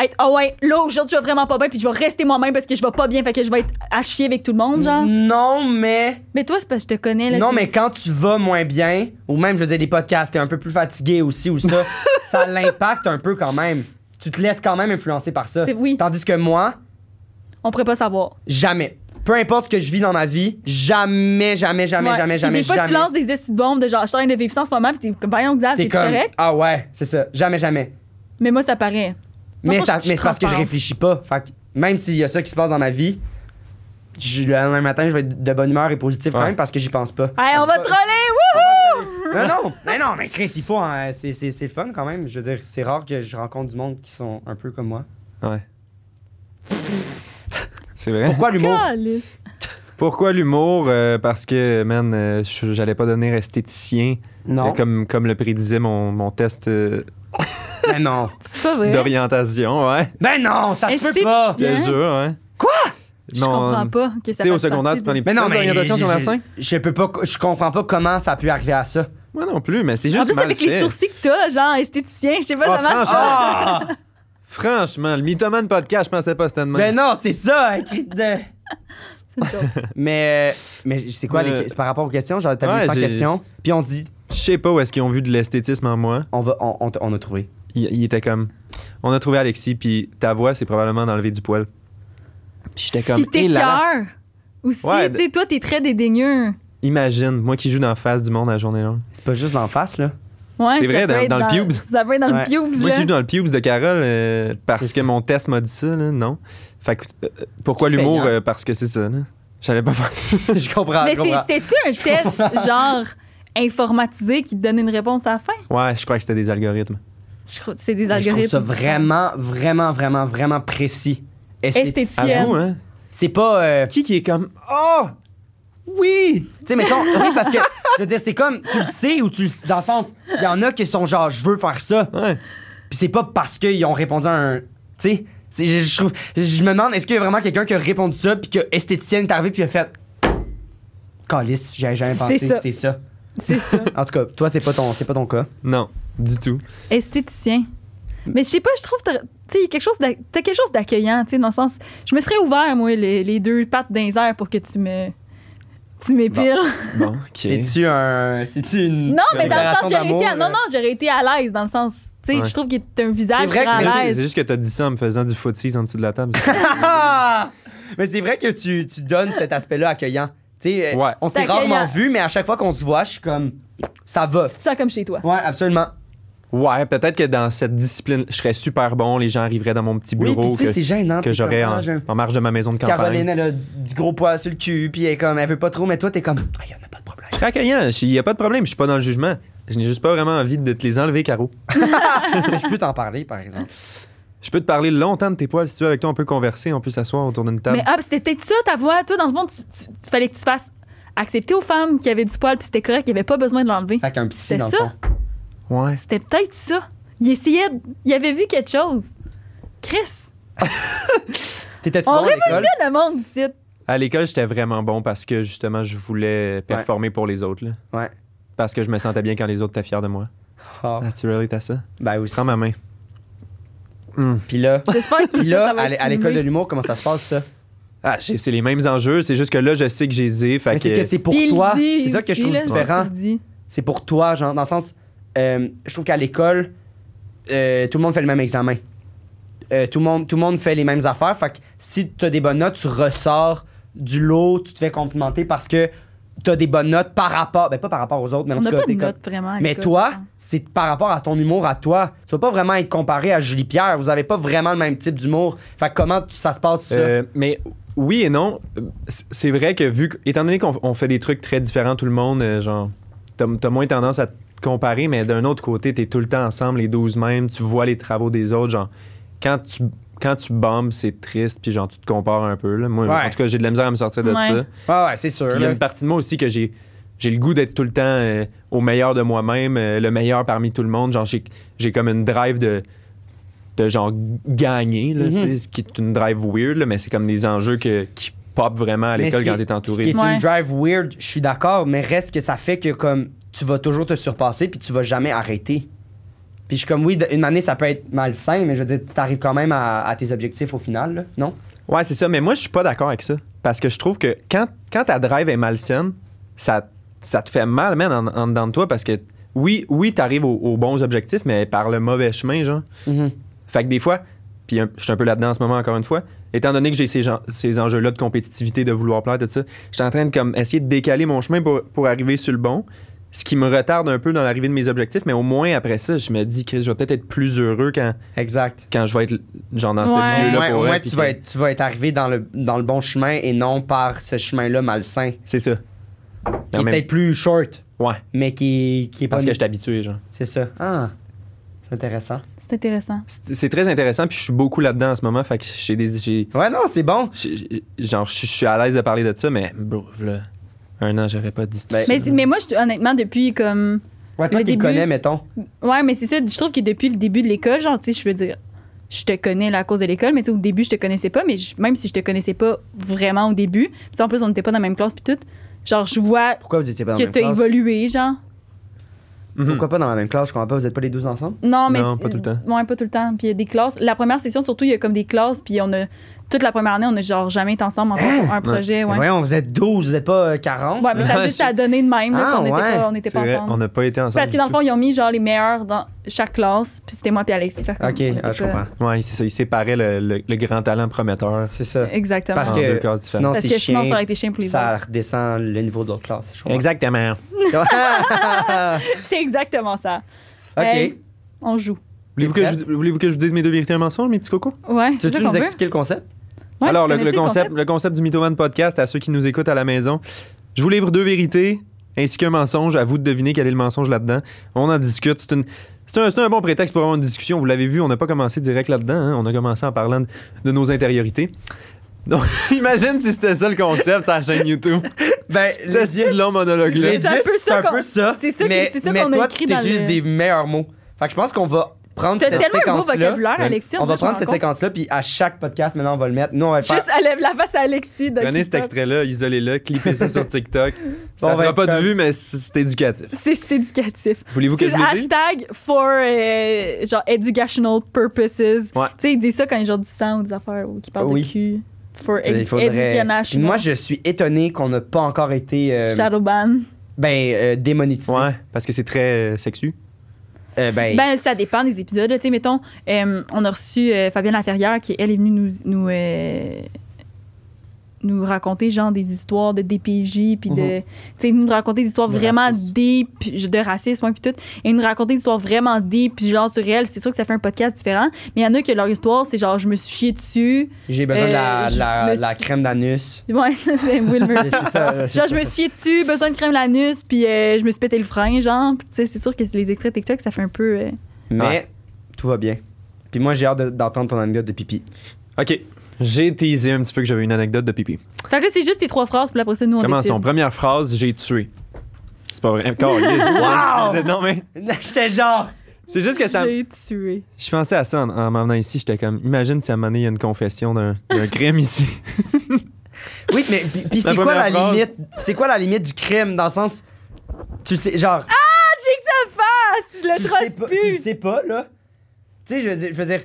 être ah ouais, là aujourd'hui je vais vraiment pas bien puis je vais rester moi-même parce que je vais pas bien fait que je vais être à chier avec tout le monde genre.
Non, mais.
Mais toi c'est parce que je te connais là.
Mm-hmm. Non,
t'es-
mais quand tu vas moins bien, ou même, je veux dire, des podcasts, t'es un peu plus fatigué aussi, ou ça, ça l'impacte un peu quand même. Tu te laisses quand même influencer par ça.
C'est- oui.
Tandis que moi,
on pourrait pas savoir.
Jamais. Peu importe ce que je vis dans ma vie, jamais, jamais, jamais,
Ouais.
jamais,
Puis
jamais,
Des fois
jamais.
tu lances des estis de bombes de genre je suis en train de vivre ça en ce moment puis t'es comme voyons Xav,
T'es
t'es
comme
correct.
ah ouais, c'est ça, jamais, jamais.
Mais moi ça paraît. Non,
Mais
moi,
ça,
je suis
mais c'est parce que je
transparente.
réfléchis pas. Fait que même s'il y a ça qui se passe dans ma vie, je, le lendemain matin, je vais être de bonne humeur et positif quand
Ouais.
même parce que j'y pense pas.
Hey, on
Ah, C'est
va
pas-
troller, wouhou!
Non, non, mais non, mais Chris, il faut, hein, c'est, c'est, c'est le fun quand même. Je veux dire, c'est rare que je rencontre du monde qui sont un peu comme moi.
Ouais. C'est vrai.
Pourquoi l'humour
Calisse.
Pourquoi l'humour? Euh, parce que, man, euh, je- j'allais pas devenir esthéticien.
Non,
Euh, Comme, comme le prédisait mon, mon test euh,
mais non.
C'est pas vrai.
d'orientation, ouais.
Ben non, ça se peut
Esthétique.
pas.
Bien
Bien.
sûr, ouais. Hein? Quoi?
Je comprends pas que ça
Tu sais, au
fasse
secondaire,
partie
tu
de-
prends les
Mais non,
tests
mais
d'orientation
j'ai-
sur la
j'ai-
5.
Je peux pas, je comprends pas comment ça a pu arriver à ça.
Moi non plus, mais c'est juste
En plus
mal
avec
fait.
les sourcils que t'as genre esthéticien, je sais pas
Ah,
ça marche.
franchement.
Ah!
pas.
Franchement, le mythomane podcast, je pensais pas c'était de même.
Ben non, c'est ça, un cri de.
C'est une joke.
Mais, euh, mais c'est quoi les
Euh,
c'est par rapport aux questions? Genre, t'as
ouais,
mis 100
j'ai-
questions, puis on dit,
Je sais pas où est-ce qu'ils ont vu de l'esthétisme en moi.
on, va, on, on, t- on a trouvé.
Il, il était comme, on a trouvé Alexis, puis ta voix, c'est probablement d'enlever du poil. Puis j'étais
Ce
comme,
qui
hé là là.
t'écœure aussi.
Ouais,
tu sais, toi, t'es très dédaigneux.
Imagine, moi qui joue dans la face du monde à la journée longue.
C'est pas juste d'en face, là.
Ouais,
C'est
ça
vrai,
peut
dans-
être
dans le pubes.
Ça peut être dans
Ouais.
le pubes,
Moi qui
là.
joue dans le pubes de Carole, euh,
C'est
parce que
ça.
mon test m'a dit ça, là, non. Fait que, euh, pourquoi
C'est
l'humour?
payant.
euh, parce que c'est ça, là. J'allais pas faire ça.
je comprends,
Mais
je comprends.
c'est- c'était-tu un test, genre, informatisé qui te donnait une réponse à la fin?
Ouais, je crois que c'était des algorithmes.
Je crois- C'est des
Mais Je
algorithmes.
trouve ça vraiment, vraiment, vraiment, vraiment précis. Esthétique.
Esthétique.
À
Tiens.
vous, hein?
C'est pas. euh,
Qui qui est comme Oh! Oui!
tu sais, mettons, oui, parce que, je veux dire, c'est comme, tu le sais ou tu le sais. Dans le sens, il y en a qui sont genre, je veux faire ça.
Ouais.
Puis c'est pas parce qu'ils ont répondu à un. Tu sais, c'est- je, je trouve. Je me demande, est-ce qu'il y a vraiment quelqu'un qui a répondu ça, puis que esthéticienne est arrivée, puis a fait. Calice, j'avais jamais pensé,
C'est ça.
c'est ça.
C'est ça.
En tout cas, toi, c'est pas, ton- c'est pas ton cas.
Non, du tout.
Esthéticien. Mais je sais pas, je trouve que t'as tu sais, il y a quelque chose d'a- t'as quelque chose d'accueillant, tu sais, dans le sens. Je me serais ouvert, moi, les, les deux pattes d'un air pour que tu me. Tu m'épiles.
Bon, ok.
C'est-tu un. C'est-tu une.
non, mais dans le
déclaration
sens, j'aurais été,
d'amour,
à- non,
euh?
non, j'aurais été à l'aise, dans le sens. Tu sais,
Ouais.
je trouve qu'il est un visage
C'est vrai que
très à
C'est
l'aise.
juste que t'as dit ça en me faisant du footies en dessous de la table.
Ah! mais c'est vrai que tu, tu donnes cet aspect-là accueillant. Tu sais, euh,
Ouais.
on s'est
C'est accueillant.
rarement vu, mais à chaque fois qu'on se voit, je suis comme. Ça va.
Tu te sens comme chez toi.
Ouais, absolument.
ouais, peut-être que dans cette discipline, je serais super bon, les gens arriveraient dans mon petit
Oui,
bureau
puis tu sais, c'est
que,
gênant.
que
t'es
j'aurais
comme,
en,
ah, j'ai un-
en marge de ma maison de campagne.
Caroline, elle a du gros poids sur le cul, puis elle est comme, elle veut pas trop, mais toi, t'es comme, ah, y'en a pas de problème.
Je serais accueillant, il n'y a pas de problème, je suis pas dans le jugement. Je n'ai juste pas vraiment envie de te les enlever, Caro.
Mais je peux t'en parler, par exemple.
Je peux te parler longtemps de tes poils si tu veux avec toi, on peut converser, on peut s'asseoir autour d'une table.
Mais ah, c'était peut-être ça ta voix. Toi, dans le fond, tu, tu- tu- fallait que tu fasses accepter aux femmes qui avaient du poil, puis c'était correct, il n'y avait pas besoin de l'enlever.
Fait qu'un psy,
C'est
dans
ça?
le fond.
Ouais.
C'était peut-être ça. Il essayait, de- il avait vu quelque chose. Chris,
T'étais-tu
On
bon à l'école?
c'est le monde ici.
À l'école, j'étais vraiment bon parce que justement, je voulais performer pour les autres. là.
Ouais.
Parce que je me sentais bien quand les autres étaient fiers de moi.
Ah,
Ah, tu relates à ça?
ben aussi.
Prends ma main. Hmm.
Puis là,
J'espère
puis
qu'il
là
ça va
à
être
l'é- à l'école de
filmé.
l'humour, comment ça se passe, ça?
Ah, j'ai- c'est les mêmes enjeux, c'est juste que là, je sais que j'ai les ai, fait
Mais c'est que
que...
c'est pour
Puis il
toi.
dit
C'est ça que je
aussi,
trouve
là,
différent.
tu le dis.
C'est pour toi, genre, dans le sens, euh, je trouve qu'à l'école, euh, tout le monde fait le même examen. Euh, tout, le monde, tout le monde fait les mêmes affaires. Fait que si t'as des bonnes notes, tu ressors du lot, tu te fais complimenter parce que t'as des bonnes notes par rapport, ben pas par rapport aux autres, mais en
On
tout
n'a
cas,
pas de
t'es comme-
note vraiment. à
Mais
l'école,
toi,
hein.
c'est par rapport à ton humour à toi. Tu vas pas vraiment être comparé à Julie Pierre. Vous avez pas vraiment le même type d'humour. Fait que comment tu- ça se passe ça?
Euh, mais oui et non, C'est- c'est vrai que vu... que- Étant donné qu'on on fait des trucs très différents, tout le monde, euh, genre, t'as t'as moins tendance à te comparer, mais d'un autre côté, t'es tout le temps ensemble, les 12 mêmes, tu vois les travaux des autres, genre, quand tu... Quand tu bombes, c'est triste, puis genre, tu te compares un peu. Là. Moi,
Ouais.
en tout cas, j'ai de la misère à me sortir de
Ouais.
ça.
Ah ouais, c'est sûr.
Puis il y a
là.
une partie de moi aussi que j'ai j'ai le goût d'être tout le temps euh, au meilleur de moi-même, euh, le meilleur parmi tout le monde. Genre j'ai j'ai comme une drive de de genre gagner là,
Mhm.
tu sais, ce qui est une drive weird là, mais c'est comme des enjeux que, qui pop vraiment à
Mais
l'école
ce qui
quand
est-
t'es entouré.
Ce qui est
Ouais.
une drive weird, je suis d'accord, mais reste que ça fait que comme tu vas toujours te surpasser puis tu vas jamais arrêter. Puis je suis comme oui, d- une année ça peut être malsain, mais je veux dire, t'arrives quand même à, à tes objectifs au final, là, non?
Ouais, c'est ça. Mais moi, je suis pas d'accord avec ça. Parce que je trouve que quand, quand ta drive est malsaine, ça, ça te fait mal, man, en, en dedans de toi. Parce que oui, oui, t'arrives aux, aux bons objectifs, mais par le mauvais chemin, genre.
Mhm.
Fait que des fois, puis un- je suis un peu là-dedans en ce moment, encore une fois, étant donné que j'ai ces, gens- ces enjeux-là de compétitivité, de vouloir plaire, tout ça, je suis en train de comme, essayer de décaler mon chemin pour, pour arriver sur le bon, ce qui me retarde un peu dans l'arrivée de mes objectifs, mais au moins après ça, je me dis, Chris, je vais peut-être être plus heureux quand,
Exact.
quand je vais être genre dans
Ouais.
ce
Au
milieu-là.
moins,
pour
au
vrai,
moins,
puis
tu, vas
que-
être, tu vas être arrivé dans le, dans le bon chemin et non par ce chemin-là malsain,
C'est ça.
qui
Non,
est
mais-
peut-être plus short,
Ouais,
mais qui, qui est pas...
parce que je suis habitué, genre.
C'est ça. Ah, c'est intéressant.
C'est intéressant.
C'est c'est très intéressant, puis je suis beaucoup là-dedans en ce moment, fait que j'ai des... j'ai-
Ouais, non, c'est bon.
j'ai- j'ai- genre, je je suis à l'aise de parler de ça, mais bro, là, un an, j'aurais pas dit tout
Ben,
ça.
Mais, mais moi, je- honnêtement, depuis comme.
Ouais, toi
Le
qui le
début-
connais, mettons.
Ouais, mais c'est ça. Je trouve que depuis le début de l'école, genre, tu sais, je veux dire, je te connais là, à cause de l'école, mais tu sais, au début, je te connaissais pas, mais je- même si je te connaissais pas vraiment au début, tu sais, en plus, on n'était pas dans la même classe, puis tout, genre, je vois
Pourquoi vous étiez pas dans
que
la même
t'as
classe?
évolué, genre.
Mhm.
Pourquoi pas dans la même classe? Je comprends pas, vous êtes pas les 12 ensemble?
Non, mais.
Non,
c'est-
pas tout le temps.
Ouais, pas tout le temps. Puis il y a des classes. La première session, surtout, il y a comme des classes, puis on a toute la première année, on n'a genre jamais été ensemble en fait,
Hein?
sur un projet.
Mais
Ouais.
Voyons, vous êtes 12, vous êtes pas euh, 40.
Ouais, mais ça a
Ouais,
juste
je-
à donner de même, là,
Ah,
qu'on n'était
ouais.
pas, on était
C'est
pas
vrai,
ensemble.
on n'a pas été ensemble.
Parce que dans le fond, ils ont mis genre les meilleurs dans chaque classe, puis c'était moi puis Alexis. Fait que
Ok,
on était
ah, je
pas-
comprends.
Oui, c'est ça. Ils séparaient le, le- le grand talent prometteur.
C'est ça.
Exactement.
Parce
En deux
que
classes
sinon,
différentes.
Parce
c'est
que sinon, ça
chiant.
aurait été chiant pour les
Ça redescend le niveau de l'autre classe. je comprends.
Exactement.
autres. C'est exactement ça.
ok.
Hey, on joue.
Voulez-vous que, je- voulez-vous que je vous dise mes deux vérités et un mensonge, mes petits cocos?
Ouais,
Tu
c'est ça
veux
qu'on
nous
veut.
expliquer le concept?
Ouais,
Alors,
tu
le, le
connais-tu
concept, le concept du Mythoman Podcast, à ceux qui nous écoutent à la maison, je vous livre deux vérités ainsi qu'un mensonge. À vous de deviner quel est le mensonge là-dedans. On en discute. C'est une- c'est un, c'est un bon prétexte pour avoir une discussion. Vous l'avez vu, on n'a pas commencé direct là-dedans. hein. On a commencé en parlant de, de nos intériorités. Donc, imagine si c'était ça le concept, ta chaîne YouTube.
Ben,
C'était ce long monologue-là.
C'est un peu ça qu'on- c'est ça que-
mais,
c'est ça
mais
qu'on a
toi,
écrit
tu
dans
t'utilises
le-
des meilleurs mots. Fait que je pense qu'on va prendre
T'as
cette
tellement un beau
séquence-là.
vocabulaire,
Ouais.
Alexis.
On
en
va
fait, je
prendre
m'en
cette
rends
séquence-là, puis à chaque podcast, maintenant, on va le mettre. Nous, on va
compte.
faire.
Juste, elle lève la face à Alexis. de
Prenez
Keep
cet
Up.
extrait-là, isolez-le, clippez ça sur TikTok.
On
Ça
va
fera
être
pas de
ben, comme-
vue, mais c'est c'est éducatif.
C'est c'est éducatif.
Voulez-vous que
C'est
je le dise?
hashtag for euh, genre educational purposes.
Ouais.
Tu sais, il dit ça quand il y a genre du sang ou des affaires ou qui parle
Oui.
de cul. For
Il
ed-
faudrait... Puis
educational.
Moi, je suis étonné qu'on n'a pas encore été euh,
Shadow ban.
ben, euh, démonétisé.
Ouais, parce que c'est très euh, sexu.
Euh, ben,
Ben, ça dépend des épisodes. là. Tu sais, mettons, euh, on a reçu euh, Fabienne Laferrière qui, elle, est venue nous, nous, euh, nous raconter, genre, des histoires de DPJ, puis de. Tu sais, nous raconter des histoires
Mhm. De
vraiment
racisme.
deep, je- de racisme, ouais, puis tout. Et nous raconter des histoires vraiment deep, puis genre, sur elle, c'est sûr que ça fait un podcast différent. Mais il y en a que leur histoire, c'est genre, je me suis chié dessus.
j'ai besoin de la,
euh, je
la-
me
la
suis-
crème d'anus.
Ouais, c'est Wilmer.
C'est ça, c'est
Genre,
ça.
je me suis chié dessus, besoin de crème l'anus, puis euh, je me suis pété le frein, genre. Puis, tu sais, c'est sûr que les extraits TikTok, ça fait un peu. euh,
Mais
Ouais.
tout va bien. Puis moi, j'ai hâte de- d'entendre ton anecdote de pipi.
Ok, j'ai teasé un petit peu que j'avais une anecdote de pipi.
Fait que là, c'est juste tes trois phrases, puis après ça, nous, on
Commençons.
décide.
Première phrase, j'ai tué. C'est pas vrai. Encore,
Wow!
Non, mais
J'étais genre.
c'est juste que ça.
J'ai tué.
Je pensais à ça en, en m'en venant ici. J'étais comme, imagine si à un moment donné, il y a une confession d'un d'un crime ici.
Oui, mais puis- puis
La
c'est quoi
première
la
phrase.
limite? C'est quoi la limite du crime dans le sens. Tu sais, genre.
Ah, si je le
tu, sais
trosse
pas, tu le
plus!
sais pas, là. Tu sais, je, veux dire- je veux dire,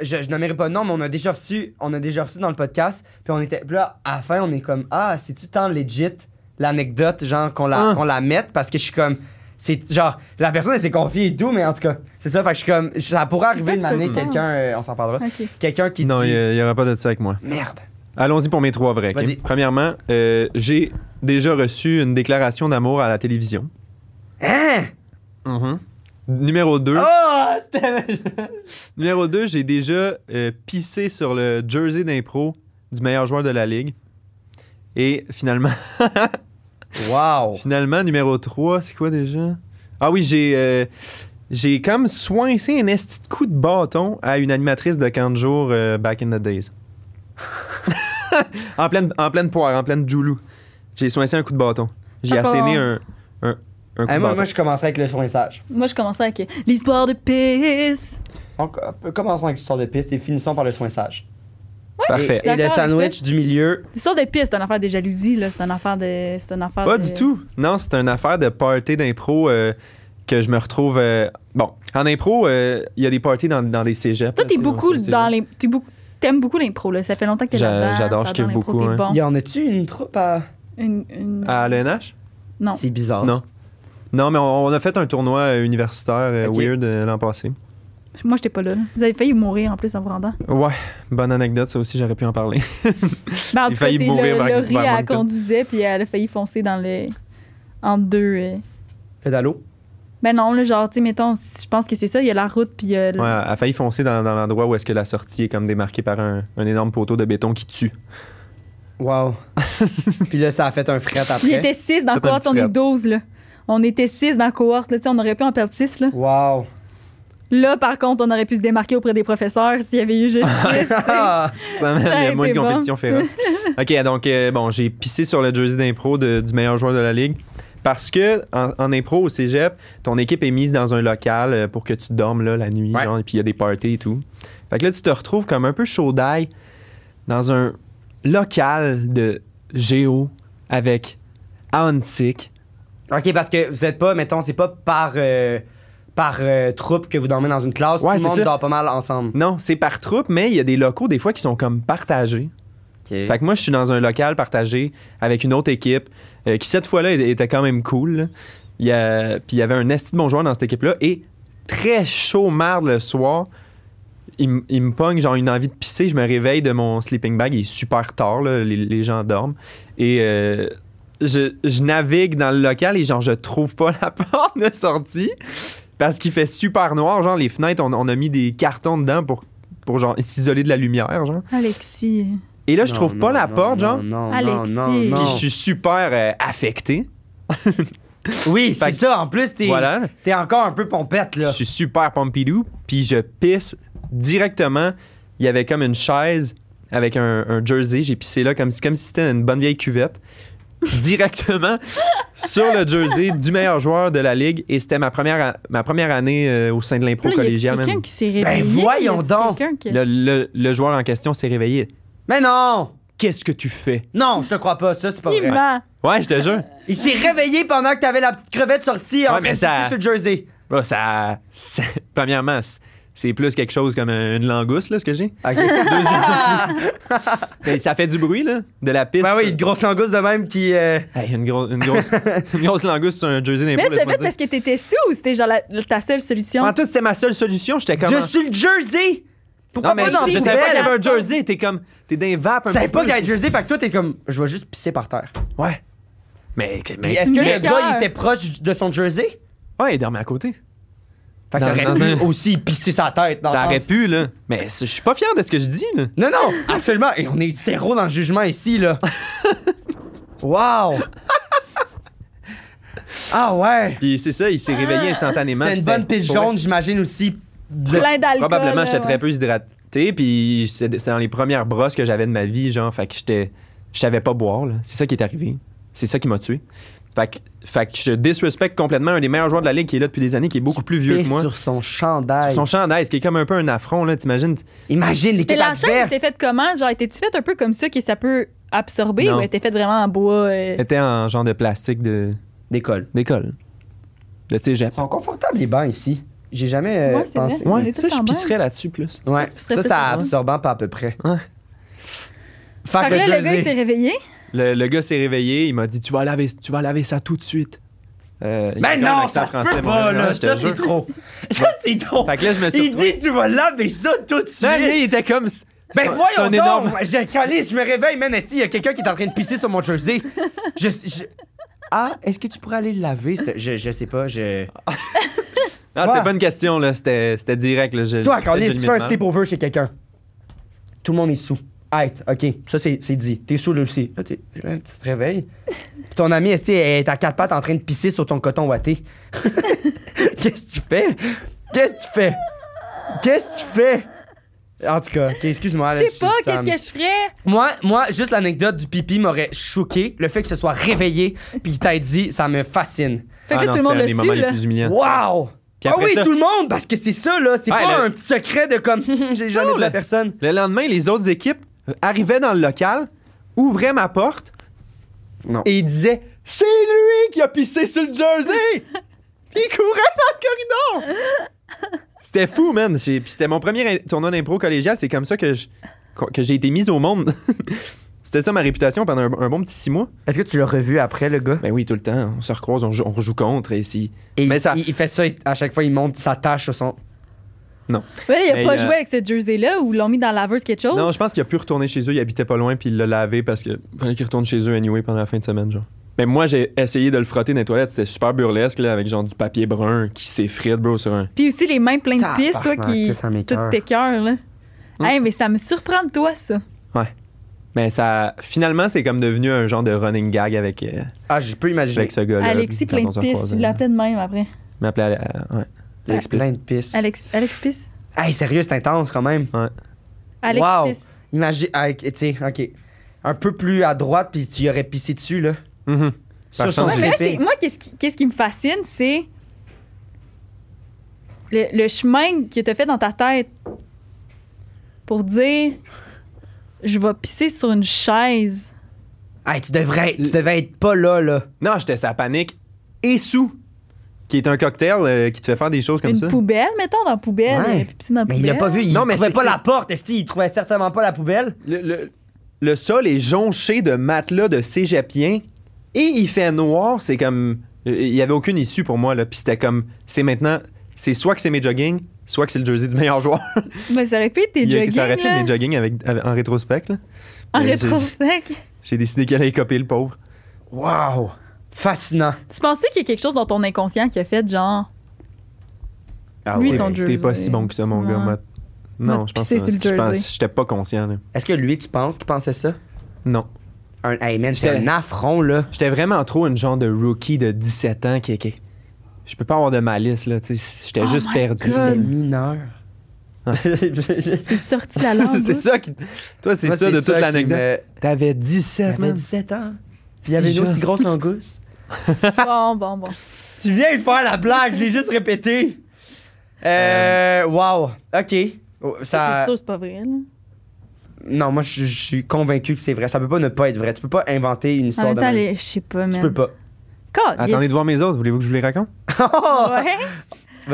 je, je nommerai pas de nom, mais on a déjà reçu, on a déjà reçu dans le podcast, puis on était, puis là, à la fin, on est comme, ah, c'est-tu tant legit l'anecdote, genre, qu'on la,
Hein?
qu'on la mette, parce que je suis comme, c'est genre, la personne, elle s'est confiée et tout, mais en tout cas, c'est ça, fait que je suis comme, ça pourrait arriver de
pas de
m'amener
quoi tu
quelqu'un, euh, on s'en parlera,
Ok.
quelqu'un qui
non,
dit,
il n'y aura pas de ça avec moi.
merde.
Allons-y pour mes trois vrais. ok?
Vas-y.
Premièrement, euh, j'ai déjà reçu une déclaration d'amour à la télévision.
Hein?
Numéro 2.
Oh, c'était.
Numéro 2, j'ai déjà euh, pissé sur le jersey d'impro du meilleur joueur de la ligue. Et finalement,
Wow.
finalement numéro 3, c'est quoi déjà Ah oui, j'ai euh, j'ai comme soincé un esti de coup de bâton à une animatrice de camp de jour euh, back in the days. en pleine en pleine poire, en pleine joulou. J'ai soincé un coup de bâton. J'ai
Encore.
asséné un, un, un coup
Ah. Eh,
de
moi,
bâton.
moi, je commencerai avec le soignage.
Moi, je commençais avec euh, l'histoire de pisse.
Donc, euh, commençons avec l'histoire de piste et finissons par le soin sage.
Parfait.
Et, et le
D'accord avec
sandwich du milieu.
L'histoire de pisse, c'est une affaire de jalousie, là. C'est une affaire de. C'est une affaire
Pas
de-
du tout. Non, c'est une affaire de party d'impro euh, que je me retrouve. euh, bon, en impro, euh, il y a des parties dans, dans des cégeps.
Toi,
là,
t'es
tu sais,
beaucoup
on sait,
dans
cégep.
les. t'es beaucoup- T'aimes beaucoup l'impro, là. Ça fait longtemps que t'es
J'a-
là-dedans.
j'adore, je
t'adores
kiffe
l'impro,
beaucoup, Ah,
t'es
hein.
bon.
Y en a-tu une troupe à.
Une, une-
À l'ENH?
Non.
C'est bizarre.
Non. Non, mais on, on a fait un tournoi euh, universitaire euh,
Ok.
weird euh, l'an passé.
Moi, j'étais pas là, là. Vous avez failli mourir en plus en vous rendant.
Ouais, bonne anecdote, ça aussi, j'aurais pu en parler.
Ben, en
J'ai
tout cas,
failli
c'est
mourir
le-
vers-
Laurie,
vers
elle
Moncton.
conduisait, puis elle a failli foncer dans le. En deux. euh.
Pédalo.
Ben non, là, genre, tu sais, mettons, je pense que c'est ça. Il y a la route, puis il y a le-
Ouais, elle a failli foncer dans, dans l'endroit où est-ce que la sortie est comme démarquée par un, un énorme poteau de béton qui tue.
Wow. Puis là, ça a fait un fret
Il
après.
était 6 dans la
Faites un
cohorte,
petit
on est
rap.
12, là. On était 6 dans la cohorte, là, tu sais, on aurait pu en perdre 6, là.
Wow.
Là, par contre, on aurait pu se démarquer auprès des professeurs s'il y avait eu juste six.
Ah,
Ça mène
a
à moins de
été bon.
compétition féroce. OK, donc, euh, bon, j'ai pissé sur le jersey d'impro de- du meilleur joueur de la ligue. Parce que en, en impro au cégep, ton équipe est mise dans un local euh, pour que tu dormes là, la nuit,
Ouais.
genre, et puis il y a des parties et tout. Fait que là, tu te retrouves comme un peu chaud d'ail dans un local de géo avec Aontic.
ok, parce que vous êtes pas, mettons, c'est pas par. euh, par euh, troupe que vous dormez dans une classe.
Ouais,
Tout le
c'est
monde
ça.
dort pas mal ensemble.
Non, c'est par troupe, mais il y a des locaux des fois qui sont comme partagés. Fait que moi, je suis dans un local partagé avec une autre équipe euh, qui, cette fois-là, était- était quand même cool. là. Il y a, puis il y avait un esti de bon joueur dans cette équipe-là et très chaud marde le soir. Il, m- il me pogne, genre une envie de pisser. Je me réveille de mon sleeping bag. Il est super tard, là, les, les gens dorment. Et euh, je, je navigue dans le local et genre, je trouve pas la porte de sortie parce qu'il fait super noir. Genre, les fenêtres, on, on a mis des cartons dedans pour, pour genre s'isoler de la lumière. Genre.
Alexis.
Et là, je trouve pas la porte, genre.
Non, non,
Alexis.
non, non.
Puis je suis super euh, affecté.
Oui, c'est
Fait que-
ça. En plus, t'es
Voilà.
t'es encore un peu pompette,
Je
là.
suis super Pompidou. Puis je pisse directement. Il y avait comme une chaise avec un, un jersey. J'ai pissé là comme si comme si c'était une bonne vieille cuvette. directement sur le jersey du meilleur joueur de la ligue. Et c'était ma première, a- ma première année euh, au sein de l'impro
Là, y a-tu
collégial. même. Ben,
quelqu'un qui s'est réveillé.
voyons
Y a-tu
donc.
quelqu'un qui-
Le, le- le joueur en question s'est réveillé.
Mais non!
Qu'est-ce que tu fais?
Non, je te crois pas, ça, c'est pas
Il
vrai.
ment.
Ouais, je te jure.
Euh.
Il s'est réveillé pendant que t'avais la petite crevette sortie en
Ouais,
train
mais
de
ça-
pisser sur le jersey.
Bah, ça, ça- Premièrement, c- c'est plus quelque chose comme un- une langouste, là, ce que j'ai. Mais ça fait du bruit, là, de la piste.
ben oui, une grosse langouste de même qui. euh,
Hey, une, gro- une grosse, une grosse langouste sur un jersey
Mais
d'impôt,
là, tu l'as
laisse-moi
fait
dire.
parce que t'étais sous ou c'était genre la- ta seule solution?
En tout, c'était ma seule solution. J'étais comme...
Dessus le jersey! Pourquoi
Non, mais
pas dans
je,
la
je savais pas
poubelle?
qu'il y avait un jersey. T'es comme... T'es d'un vape un
Tu savais
petit
pas
peu
qu'il y avait un
aussi.
jersey, fait que toi, t'es comme. Je vais juste pisser par terre.
Ouais. Mais...
Puis
mais
est-ce que le
Mais-
gars, il était proche de son jersey?
ouais, il dormait à côté.
Fait que
Dans- dans
t'aurais pu
un-
aussi pisser sa tête. Dans
ça
le
aurait
sens-
pu, là. Mais c'est- je suis pas fier de ce que je dis, là.
Non, non, absolument. Et on est zéro dans le jugement ici, là. wow! Ah ouais!
Puis c'est ça, il s'est réveillé instantanément.
Ah, C'était une
puis
bonne piste
pour vrai.
jaune, j'imagine aussi. de-
Plein d'alcool.
Probablement,
là,
j'étais
ouais.
très peu hydraté, puis c'était c'était dans les premières brosses que j'avais de ma vie, genre, fait que j'étais... Je savais pas boire, là. C'est ça qui est arrivé. C'est ça qui m'a tué. Fait que, fait que je disrespecte complètement un des meilleurs joueurs de la Ligue qui est là depuis des années, qui est beaucoup plus vieux que
Pisse
moi.
sur son
Sur
chandail.
son chandail, ce qui est comme un peu un affront, là, t'imagines?
Imagine
T'es
l'équipe
la chaîne
adverse.
était faite comment? Genre, était-tu faite un peu comme ça que ça peut absorber
Non.
ou était faite vraiment en bois? euh?
Elle était en genre de plastique de
D'école.
d'école. De cégep.
Ils sont confortables, les bancs ici. J'ai jamais euh,
Ouais, c'est
pensé.
vrai. On est
Ouais,
tous
ça,
en
je
bain.
pisserais là-dessus plus.
Ouais.
Ça se pousserait
Ça,
plus
ça
souvent.
absorbant pas à peu près.
Ouais.
Fait
Fait
que
que là,
le
le gars, il s'est
jersey.
réveillé.
Le, le gars s'est réveillé, il m'a dit tu vas, laver, tu vas laver ça tout de suite. Euh, il y
Mais
a encore un
Ben non, ça
accent
se peut
français, mon
pas,
ami,
là.
je te
Ça, c'est
jure.
trop. Ça, c'est trop.
Fait que là, je me suis
Il
retrouvé-
dit, tu vas laver ça tout de
Non,
suite.
lui, il était comme. c'est- c'est
Ben
un- c'est
voyons
un
donc!
énorme.
J'ai calé, je me réveille, man, esti, il y a quelqu'un qui est en train de pisser sur mon jersey. Je... je- Ah, est-ce que tu pourrais aller le laver? C'était- Je, je sais pas, je...
Non,
Ouais.
c'était pas une question, là. C'était c'était direct. Là, je-
Toi,
je-
Carlis,
je
tu
le
fais un
mets
sleepover chez quelqu'un. Tout le monde est sous. Arrête, OK, ça, c'est c'est dit. T'es sous, là, aussi. Là, t'es- là, tu te réveilles. Puis ton ami, esti, est à quatre pattes en train de pisser sur ton coton ouaté. Qu'est-ce que tu fais? Qu'est-ce que tu fais? Qu'est-ce que tu fais? En tout cas, OK,
Ah,
excuse-moi. là,
Je sais pas,
suis
qu'est-ce
Sam.
que je ferais?
Moi, moi, juste l'anecdote du pipi m'aurait choqué. Le fait que ce soit réveillé puis qu'il t'ait dit, ça me fascine.
Fait que là, tout
Ah non,
le
c'était
monde
un
le
des moments
suit,
les
là.
plus humiliants.
Wow!
Puis
ah
après
oui,
ça-
tout le monde! Parce que c'est ça, là. C'est
Ouais,
pas
le-
un petit secret de comme, j'ai jamais
Non,
dit à
le-
personne.
Le lendemain, les autres équipes arrivaient dans le local, ouvraient ma porte
Non.
et ils disaient C'est lui qui a pissé sur le jersey Puis ils couraient dans le corridor C'était fou, man. J'ai- Puis c'était mon premier in- tournoi d'impro collégial. C'est comme ça que je- que j'ai été mise au monde. c'était ça ma réputation pendant un, un bon petit six mois.
Est-ce que tu l'as revu après, le gars?
Ben oui, tout le temps. On se recroise, on joue, on joue contre. Et si...
Et
Mais
il-
ça-
il, il fait ça, il- à chaque fois, il monte sa tâche sur son.
Mais là, il a
Mais,
pas
euh,
joué avec ce jersey-là ou l'ont mis dans la laveuse quelque chose?
Non, je pense qu'il a pu retourner chez eux. Il habitait pas loin, puis il l'a lavé parce que fallait qu'il retourne chez eux anyway pendant la fin de semaine, genre. Mais moi, j'ai essayé de le frotter dans les toilettes. C'était super burlesque, là, avec genre du papier brun qui s'effrite, bro, sur un.
Puis aussi les mains pleines de pisse, toi,
Tabarnak,
qui.
que ça m'écoeure.
Toutes tes cœurs, là.
Hmm.
Hey, mais ça me surprend de toi, ça.
Mais ça. Finalement, c'est comme devenu un genre de running gag avec, euh,
Ah, je peux imaginer.
avec ce gars-là.
Alexis
quand
plein
on
de
se
pisse,
recroisait.
il l'appelait de même après.
Il m'appelait. euh, ouais. Alex Piss.
Plein de pisse.
Alex, Alex pisse.
Hey, sérieux, c'est intense quand même.
Alex
Wow.
pisse.
Imagine. ah, tu sais, OK. Un peu plus à droite, puis tu y aurais pissé dessus, là.
Mhm. Par
son
chance,
Ouais, mais là,
dressing.
c'est- moi, qu'est-ce qui, qu'est-ce qui me fascine, c'est le, le chemin que tu fait dans ta tête pour dire je vais pisser sur une chaise.
Hey, tu devrais, tu devais être pas là, là.
Non, j'étais sa panique et sous. qui est un cocktail euh, qui te fait faire des choses comme
Une
ça.
poubelle, mettons, dans la poubelle.
Ouais.
euh, puis piscine dans la
Mais il l'a
poubelle.
pas vu, il
Non, mais
trouvait
c'est-
pas
c'est-
la porte, est il trouvait certainement pas la poubelle.
Le, le- le sol est jonché de matelas de cégepiens et il fait noir. C'est comme. euh, Il y avait aucune issue pour moi, là. Puis c'était comme. C'est maintenant. C'est soit que c'est mes jogging, soit que c'est le jersey du meilleur joueur.
Mais ça aurait pu être tes
Il y a-
jogging.
ça aurait pu être
là,
mes jogging avec, avec- en rétrospect, là.
En
Mais je-
rétrospect.
J'ai décidé qu'elle allait copier le pauvre.
Wow! Fascinant.
Tu penses qu'il y a quelque chose dans ton inconscient qui a fait genre.
Ah
Lui,
oui.
son
T'es pas
jersey.
si bon que ça, mon
Ouais.
gars. moi. Non,
Moi,
je pense
pisser
que
sur le
je pense-
jersey.
j'étais pas conscient. là.
Est-ce que lui, tu penses qu'il pensait ça?
Non.
Un, hey man, c'est
J'étais-
un affront, là.
J'étais vraiment trop une genre de rookie de 17 ans qui. qui- Je peux pas avoir de malice, là. tu sais. J'étais
Oh
juste
my
perdu.
God.
Des mineurs.
C'est sorti de la langue.
c'est
là.
ça qui. Toi, c'est
Moi,
ça de toute
qui
l'anecdote.
me-
T'avais
Il
17,
avait
man.
17 ans.
Si
Il avait une
jeune.
aussi grosse langouste.
Bon, bon, bon.
Tu viens de faire la blague, je l'ai juste répété. Euh, wow. OK. Oh,
Ça,
Ça...
c'est sûr, c'est pas vrai. Là.
Non, moi, je, je suis convaincu que c'est vrai. Ça peut pas ne pas être vrai. Tu peux pas inventer une
En
histoire
même
de
temps,
même.
les- je sais pas,
Tu
man.
peux pas.
God,
Attendez
yes.
de voir mes autres. Voulez-vous que je vous les raconte?
Ouais.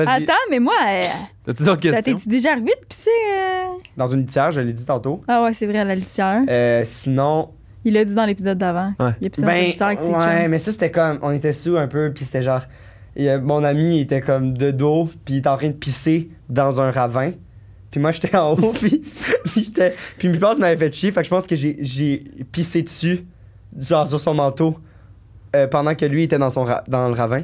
Vas-y.
Attends, mais moi, euh,
As-tu d'autres
ça
questions?
t'es-tu déjà arrivé de pisser? euh?
Dans une litière, je l'ai dit tantôt.
Ah ouais, c'est vrai, à la litière.
Euh, sinon,
Il l'a dit dans l'épisode d'avant.
Ouais.
Il a pissé dans une litière avec ses
Ben, ouais,
chums.
mais ça, c'était comme. On était sous un peu, puis c'était genre. il y a- mon ami il était comme de dos, puis il était en train de pisser dans un ravin. Puis moi, j'étais en haut, puis, puis j'étais. Puis mes pense m'avait fait chier, fait que je pense que j'ai, j'ai pissé dessus, genre sur son manteau, euh, pendant que lui était dans, son ra- dans le ravin.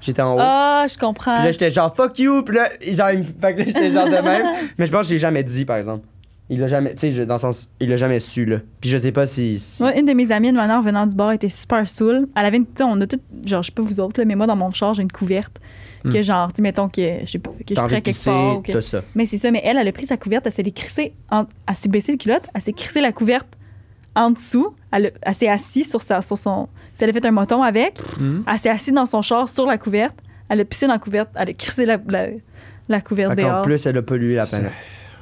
J'étais en haut.
Ah, je comprends.
Puis là, j'étais genre fuck you, puis là, genre, il me- fait que là, j'étais genre de même. Mais je pense que j'ai jamais dit, par exemple. Il l'a jamais, tu sais, je- dans le sens, il l'a jamais su, là. Puis je sais pas si. si-
Moi, une de mes amies de maintenant venant du bar était super saoule. Elle avait une, tu sais, on a tout, genre, je sais pas vous autres, là, mais moi dans mon char, j'ai une couverte que
Hmm.
genre, tu sais, mettons que je sais pas, que je
T'as envie
prends
de
quelque
pisser,
part. ou que-
t'as ça.
Mais c'est ça, mais elle, elle a pris sa couverte, elle s'est crissée, en- elle s'est baissée le culotte, elle s'est crissée la couverte en dessous, elle, a- elle s'est assise sur, sa, sur son, tu sais, elle a fait un moton avec,
Hmm?
elle s'est assise dans son char sur la couverte, elle a pissé dans la couverte, elle a crissé la, la, la couverte
Encore
dehors.
plus, elle a pollué la planète.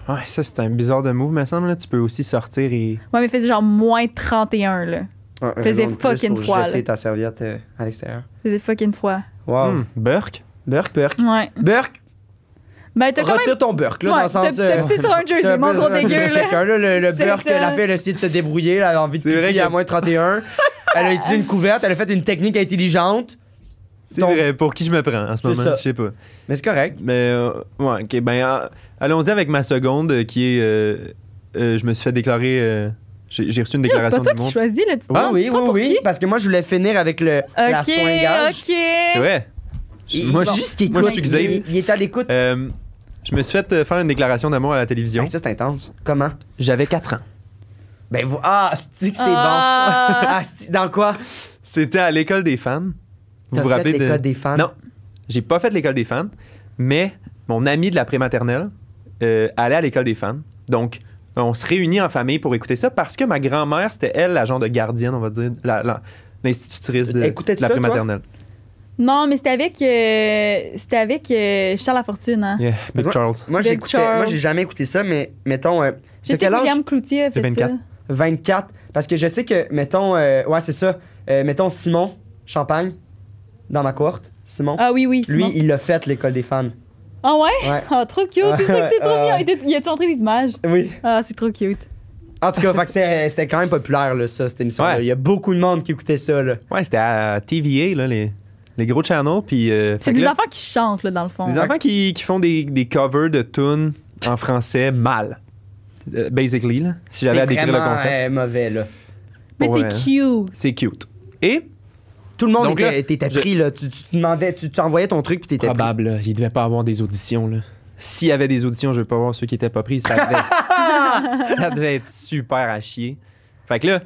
Ouais, ça, c'est un bizarre de move, me semble. là. Tu peux aussi sortir et.
Ouais, mais il faisait genre moins 31, là.
Un- un
Faisait
raison de plus
fucking
pour
froid,
jeter
là.
ta serviette euh, à l'extérieur.
Il faisait fucking froid.
Wow.
Hmm, Burke?
Burk, Burk.
Ouais.
Burk,
Ben, t'as quand
retire ton Burk, là,
Ouais,
dans le sens. euh,
t'as- t'as pissé sur un jersey,
t'as
mon gros
besoin de
dégueu, là.
Quelqu'un, là, le, le
C'est
Burk,
ça.
elle a fait, elle a essayé de se débrouiller, elle a envie de
C'est vrai
pipi
que-
à moins 31. elle a utilisé une couverte, elle a fait une technique intelligente.
C'est
Ton-
vrai, pour qui je me prends en ce
C'est
moment?
ça.
Je sais pas.
Mais c'est correct.
Mais, euh, ouais, ok. Ben, euh, allons-y avec ma seconde euh, qui est. euh, euh, je me suis fait déclarer. euh, j'ai j'ai reçu une
même, c'est pas
déclaration
toi
du
qui
monde.
choisis, là, tu te
Ah
prends- tu
oui,
te
oui,
prends pour
oui.
qui?
Parce que moi, je voulais finir avec le, la soingage.
Ok,
C'est
ok.
vrai.
Il-
Moi,
c'est
je-
juste qu'il
moi, je
écoute,
suis Xavier.
Il, il est à l'écoute.
euh, je me suis fait euh, faire une déclaration d'amour à la télévision.
Hey, ça, c'est intense. Comment?
J'avais 4 ans.
Ben, vous... ah, c'est que c'est bon.
Ah.
Ah, c'est- dans quoi?
C'était à l'école des femmes. Vous
T'as
vous
fait
rappelez de.
l'école des fans?
Non, j'ai pas fait l'école des fans, mais mon ami de la prématernelle euh, allait à l'école des fans. Donc, on se réunit en famille pour écouter ça parce que ma grand-mère, c'était elle, la genre de gardienne, on va dire, la- la- l'institutrice de,
Écoutais-tu
de la
ça, toi?
prématernelle.
Non, mais c'était avec, euh, c'était avec euh, Charles Lafortune. Hein.
Yeah, Big
Moi-
Charles.
Moi,
Big
j'écoutais.
Charles.
Moi, j'ai jamais écouté ça, mais mettons, euh,
Je
T'as
sais que
quel âge?
William Cloutier a fait
J'ai 24.
ça.
24. Parce que je sais que, mettons, euh, ouais, c'est ça. Euh, mettons Simon Champagne, dans ma cohorte. Simon.
Ah oui, oui,
Lui,
Simon.
il l'a fait, l'école des fans.
Ah ouais?
Ouais.
Ah, trop cute.
Ouais,
C'est ça que c'est trop
ouais,
mignon.
ouais.
Il était- Il a-tu montré les images?
Oui.
Ah, c'est trop cute.
En tout cas, fait que c'était c'était quand même populaire, là, ça, cette émission-là.
Ouais.
Il y a beaucoup de monde qui écoutait ça, là.
Ouais, c'était à TVA, là, les, les gros channels. Puis, euh, fait
C'est
que
des
là,
enfants qui chantent, là, dans le fond.
des enfants qui, qui font des, des covers de tunes en français mal. Euh, basically, là, si j'avais
C'est
à décrire le
vraiment,
concept.
euh, mauvais, là.
Mais
Ouais.
c'est cute.
C'est cute. Et
Tout le monde
Donc
était,
là,
t'étais
je-
pris, là. Tu, tu te demandais, tu, tu envoyais ton truc, puis t'étais pris.
probable. là. Il devait pas avoir des auditions. là. S'il y avait des auditions, je veux pas voir ceux qui étaient pas pris. Ça devait, ça devait être super à chier. Fait que là,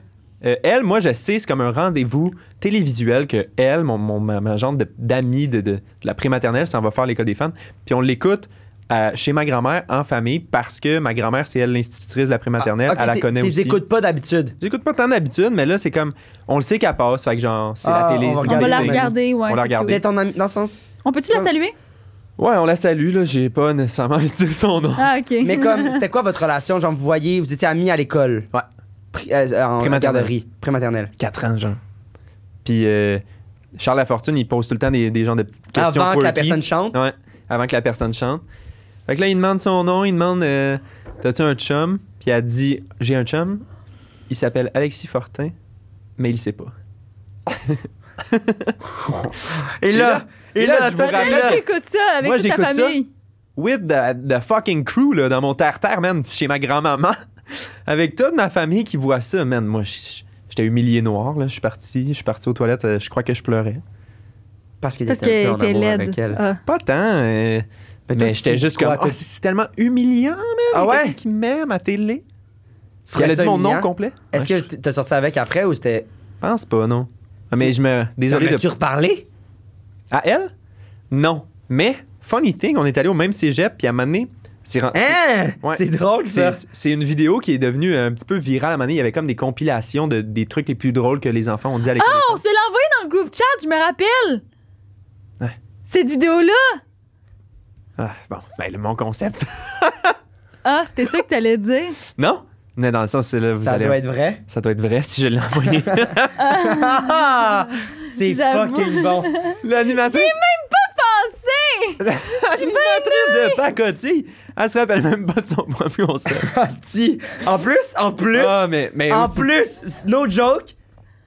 euh, elle, moi, je sais, c'est comme un rendez-vous télévisuel que elle, mon, mon- ma, ma genre de- d'amie de, de- de la prématernelle, s'en va faire à l'école des fans. Puis on l'écoute euh, chez ma grand-mère en famille parce que ma grand-mère, c'est elle l'institutrice de la prématernelle.
Ah, ok,
elle la
t'es-
connaît
t'es
aussi.
écoutes pas d'habitude.
J'écoute pas tant d'habitude, mais là, c'est comme, on le sait qu'elle passe. Fait que genre, c'est
Ah,
la télé.
on va
c'est
On va
Regardez,
la
regardez.
regarder, ouais.
On la
c'est
regarde.
cute.
C'était ton ami dans le sens.
On peut-tu la saluer?
Ouais, on la salue, là. J'ai pas nécessairement envie de dire son nom.
Ah, ok.
Mais comme, c'était quoi votre relation? Genre, vous voyez, vous étiez amis à l'école.
Ouais.
Pri- euh, en
Prématernelle.
garderie. Prématernelle.
4 ans, genre. Puis euh, Charles Lafortune, il pose tout le temps des, des genres de petites questions.
Avant que la
quirky.
personne chante.
Ouais, avant que la personne chante. Fait que là, il demande son nom, il demande euh, T'as-tu un chum Puis elle dit J'ai un chum. Il s'appelle Alexis Fortin, mais il sait pas.
Et là, et là, je vous
Fait que là,
rappelle.
t'écoutes ça avec
Moi,
toute ta
j'écoute ça.
famille.
With the, the fucking crew, là, dans mon terre-terre, man, chez ma grand-maman. Avec toute ma famille qui voit ça, man. Moi, j- j'étais humilié noir, là. Je suis parti, je suis parti aux toilettes, euh, je crois que je pleurais.
Parce qu'il
Parce
était
qu'elle
un peu en
était
amour
laide.
avec elle.
Ah.
Pas tant, euh,
toi,
mais,
tu
j'étais
dis
juste
quoi,
comme.
toi?
Ah, c'est tellement humiliant, man.
oh. Ah
Il y a
ouais?
quelqu'un qui m'aime à télé.
Tu
Puis Elle
trouvais
a dit
ça
mon nom
humiliant?
complet.
Est-ce
Ouais,
que
je
t- t'as sorti avec après ou c'était.
pense pas, non. Ah, Mais je me. Désolé de.
Tu reparlé?
À elle? Non. Mais, funny thing, on est allé au même cégep, puis à un moment donné, c'est ren-
Hein?
Ouais.
C'est drôle ça.
c'est- c'est une vidéo qui est devenue un petit peu virale. À un moment donné, il y avait comme des compilations de, des trucs les plus drôles que les enfants ont dit à l'école.
Oh!
On se l'a envoyé dans le groupe chat, je me rappelle.
Ouais.
Cette vidéo-là.
Ah, bon, ben, le- mon concept.
Ah, c'était ça que t'allais dire.
non? Mais dans le sens, c'est là, vous
Ça
allez.
doit être vrai.
Ça doit être vrai si je l'ai envoyé.
Ah! c'est
J'avoue.
fucking bon.
L'animatrice.
Pensez!
L'animatrice de pacotille. Elle se rappelle même pas de son propre concept.
Asti. En plus, en plus,
Ah, mais, mais
en
aussi-
plus, no joke,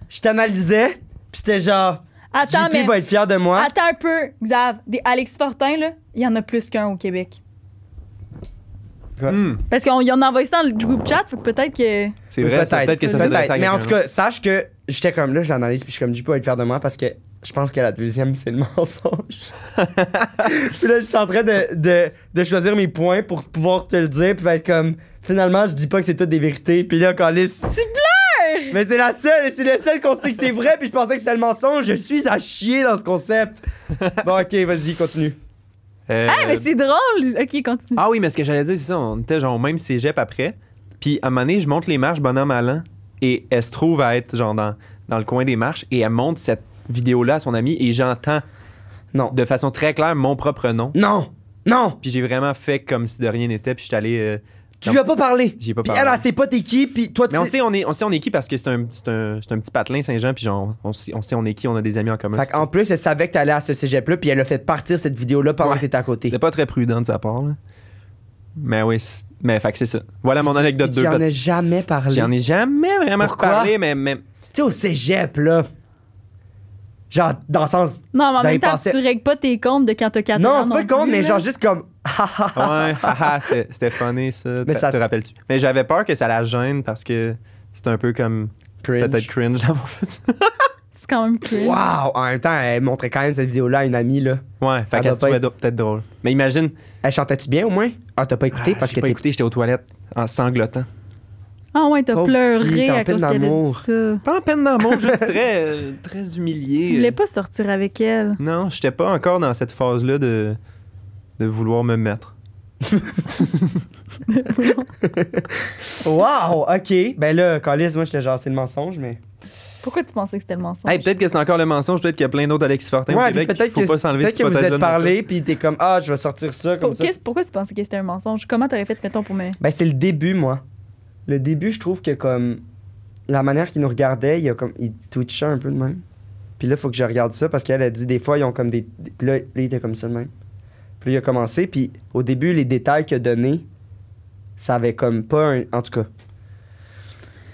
je t'analysais, pis j'étais genre,
Attends,
JP
mais.
va être fier de moi.
Attends un peu, Xav. Des Alex Fortin, là, il y en a plus qu'un au Québec.
Hmm,
Parce qu'on y en a envoyé ça dans le groupe chat, fait que peut-être que.
c'est vrai, ça- peut-être que ça
peut-être.
s'adresse à
Mais en
quelqu'un
tout cas, sache que j'étais comme là, je l'analyse, puis je suis comme, JP va être fier de moi parce que je pense que la deuxième, c'est le mensonge. puis là, je suis en train de, de, de choisir mes points pour pouvoir te le dire, puis va être comme, finalement, je dis pas que c'est toutes des vérités, puis là, Calice. Tu pleures! Mais c'est la seule, c'est le seul qu'on sait que c'est vrai, puis je pensais que c'était le mensonge. Je suis à chier dans ce concept. Bon, ok, vas-y, continue.
Euh,
Ah, mais c'est drôle! Ok, continue.
Ah oui, mais ce que j'allais dire, c'est ça, on était genre au même cégep après. Puis à un moment donné, je monte les marches, bonhomme allant, et elle se trouve à être genre dans, dans le coin des marches, et elle monte cette vidéo-là à son ami, et j'entends
Non.
de façon très claire mon propre nom.
Non! Non!
Puis j'ai vraiment fait comme si de rien n'était, puis je suis allé. euh,
Tu
Non.
lui as pas parlé!
J'y ai pas
Puis
parlé.
elle, elle sait pas t'es qui, puis toi, tu
mais on
sais-
sait, on est, on sait on est qui parce que c'est un, c'est un, c'est un petit patelin Saint-Jean, puis genre, on sait, on sait on est qui, on a des amis en commun.
Fait
tout
qu'en
ça.
plus, elle savait que t'allais à ce cégep-là, puis elle a fait partir cette vidéo-là pendant
Ouais.
que t'étais à côté.
C'était pas très prudent de sa part, là. Mais oui, c'est- mais fait que c'est ça. Voilà mon anecdote
Puis
de
Tu en as jamais parlé.
J'en
Tu
ai jamais vraiment
Pourquoi?
parlé, mais, mais
sais, au cégep, là. Genre, dans le sens.
non, mais en
Vous avez
même temps,
pensé-
tu règles pas tes comptes de quand t'as 4 ans.
non, c'est pas
plus,
con, mais
là.
genre juste comme. Ah, Ha, ha, ha.
Ouais, haha, c'était- c'était funny ça.
Mais
Te-
ça-
Te rappelles-tu? Mais j'avais peur que ça la gêne parce que c'est un peu comme peut-être
Cringe.
cringe d'avoir fait ça.
C'est quand même cool.
Wow! En même temps, elle montrait quand même cette vidéo-là à une amie, là.
Ouais, fait
Ça
qu'elle
doit
se
pas
trouvait
être-
do- peut-être drôle. Mais imagine,
Elle chantait-tu bien au moins? Ah, t'as pas écouté
ah,
parce
j'ai
que
pas
t'es.
écouté, j'étais aux toilettes en sanglotant.
Ah ouais, t'as
Pauvre petit,
pleuré
t'es en
à
peine
cause qu'elle a dit
d'amour.
ça.
Pas en peine d'amour, juste très, euh, très humilié.
Tu voulais pas sortir avec elle.
Non, j'étais pas encore dans cette phase-là de, de vouloir me mettre.
Wow! Ok. Ben là, Calis, moi, j'étais genre, c'est le mensonge, mais.
Pourquoi tu pensais que c'était le mensonge?
Hey, peut-être que c'est encore le mensonge, peut-être qu'il y a plein d'autres Alexis Fortin au
Ouais, puis
Québec.
peut-être
qu'il
que,
faut pas s'enlever
peut-être
cette
que vous
hypothèse-là
êtes
de notre
parlé, puis t'es comme, ah, je vais sortir ça, comme
Pour-
ça.
qu'est-ce- Pourquoi tu pensais que c'était un mensonge? Comment t'aurais fait, mettons, pour me.
Ben, c'est le début, moi. Le début, je trouve que comme la manière qu'ils nous regardaient, il y a comme il twitchait un peu de même. Puis là, faut que je regarde ça parce qu'elle a dit des fois ils ont comme des des- puis là, là, il était comme ça de même. Puis là, il a commencé puis au début les détails qu'il a donnés, ça avait comme pas un en tout cas.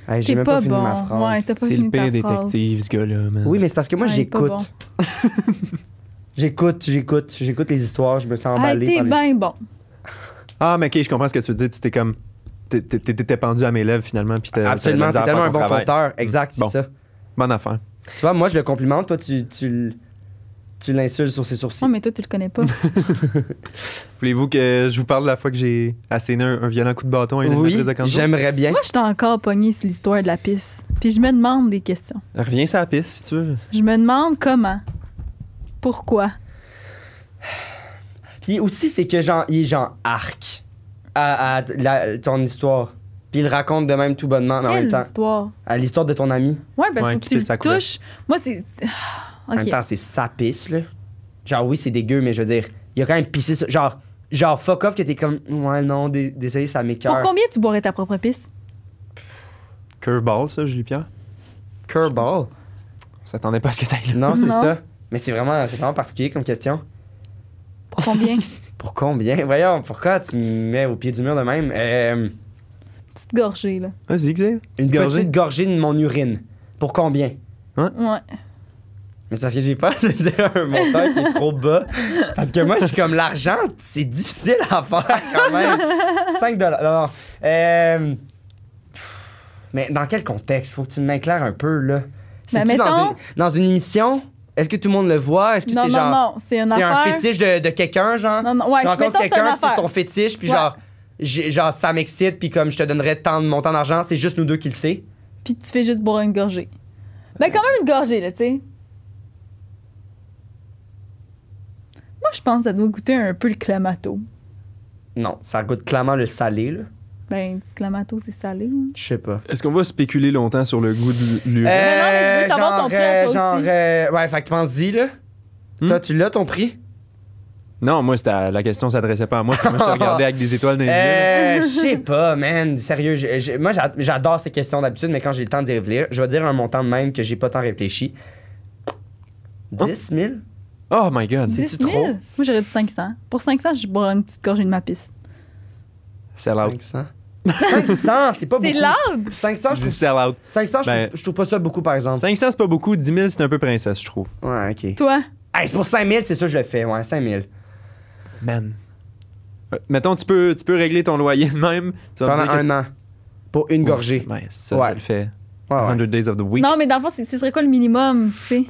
Hey, j'ai
T'es
même
pas,
pas, fini
bon.
ma phrase.
Ouais, t'as pas
C'est
fini
le pire
ta phrase.
détective, ce gars-là, man.
Oui, mais c'est parce que moi
Ouais, il est pas
j'écoute.
bon.
J'écoute, j'écoute, j'écoute les histoires, je me sens
Hey,
emballé
t'es
par les-
bien bon.
Ah, mais ok, je comprends ce que tu dis. Tu t'es comme. t'es- t'es- T'étais pendu à mes lèvres finalement. Puis t'as- t'as de la
Absolument,
misère
t'es
à
tellement
faire
un
ton
bon
travail.
compteur. Exact, c'est
Bon.
ça.
Bonne affaire.
Tu vois, moi, je le complimente. Toi, tu, tu, l- tu l'insultes sur ses sourcils.
Non, mais toi, tu le connais pas.
Voulez-vous que je vous parle de la fois que j'ai asséné un, un violent coup de bâton à une
oui,
animatrice de canto?
j'aimerais bien.
Moi, j'étais encore pognée sur l'histoire de la pisse. Puis je me demande des questions.
Reviens sur la piste si tu veux.
Je me demande comment. Pourquoi?
Puis aussi, c'est que genre, il est genre arc à, à la- ton histoire. Puis il raconte de même tout bonnement mais en même
Quelle
temps.
histoire?
À l'histoire de ton ami.
Ouais, parce
Ouais,
que
qui
tu
fait sa
le
couleur.
touches. Moi, c'est.
En
Ok.
même temps, c'est sa pisse, là. Genre, oui, c'est dégueu, mais je veux dire, il a quand même pissé sur- Genre, genre, fuck off que t'es comme, ouais, non, dé- désolé, ça
Pour
m'écœure.
combien tu boirais ta propre pisse?
Curveball, ça, Julie Pierre.
Curveball.
On s'attendait pas à ce que t'ailles là.
Non, c'est
Non.
ça. Mais c'est vraiment, c'est vraiment particulier comme question.
Combien?
Pour combien? Voyons, pourquoi tu me mets au pied du mur de même? Euh,
Petite gorgée, là.
Vas-y, Xavier.
une
Gorgée.
petite gorgée de mon urine. Pour combien?
Ouais.
Mais c'est parce que j'ai peur de dire un montant qui est trop bas. Parce que moi, je suis comme l'argent, c'est difficile à faire quand même. 5 dollars. Non, non. Euh, Mais dans quel contexte? Faut que tu m'éclaires un peu, là. C'est-tu
Ben, mettons-
dans, une, dans une émission? Est-ce que tout le monde le voit? Est-ce que
non,
c'est
non,
genre...
non, c'est une
C'est
affaire.
un fétiche de, de quelqu'un, genre?
Non, non, ouais,
tu rencontres
mettons, c'est une
quelqu'un, puis c'est
affaire.
son fétiche, puis
Ouais.
genre... j'ai- Genre, ça m'excite, puis comme je te donnerais tant de montant d'argent, c'est juste nous deux qui le sait.
Puis tu fais juste boire une gorgée. Ben, quand même une gorgée, là, tu sais. Moi, je pense que ça doit goûter un peu le clamato.
Non, ça goûte clairement le salé, là.
Ben, le clamato, c'est salé. hein.
Je sais pas.
Est-ce qu'on va spéculer longtemps sur le goût de l'urine?
Mais non, mais je veux savoir
genre,
ton prix à
euh,
toi
genre,
aussi.
euh, ouais, fait que pense-y, là.
Hmm?
Toi, tu l'as ton prix?
Non, moi, c'était à- la question s'adressait pas à moi. puis Moi, je te regardais avec des étoiles dans les yeux.
Euh, je sais pas, man. Sérieux, je- je- moi, j'a- j'adore ces questions d'habitude, mais quand j'ai le temps d'y réfléchir, je vais dire un montant de même que j'ai pas tant réfléchi.
Hein?
10 000?
Oh my god,
10
Ah, C'est-tu
000?
trop?
Moi, j'aurais dit 500. Pour 500, je bois une petite gorgée de ma pisse.
Ah,
sell out.
500. 500, c'est pas
C'est
beaucoup.
loud!
500, je
Je dis
trouve,
sell out.
500 je,
Ben-
trouve, je trouve pas ça beaucoup, par exemple.
500, c'est pas beaucoup. 10 000, c'est un peu princesse, je trouve.
Ouais, OK.
Toi,
Hey, c'est pour 5 000, c'est ça, je le fais. Ouais, 5 000.
Man. Euh, mettons, tu peux, tu peux régler ton loyer de même. Tu vas me
Pendant
dire que
un
tu-
an. Pour une gorgée.
Ouais, ça,
Ouais. Ah
je le fais.
Ouais, ouais.
100 Days of the Week.
Non, mais dans le fond, c'est- ce serait quoi le minimum, tu sais?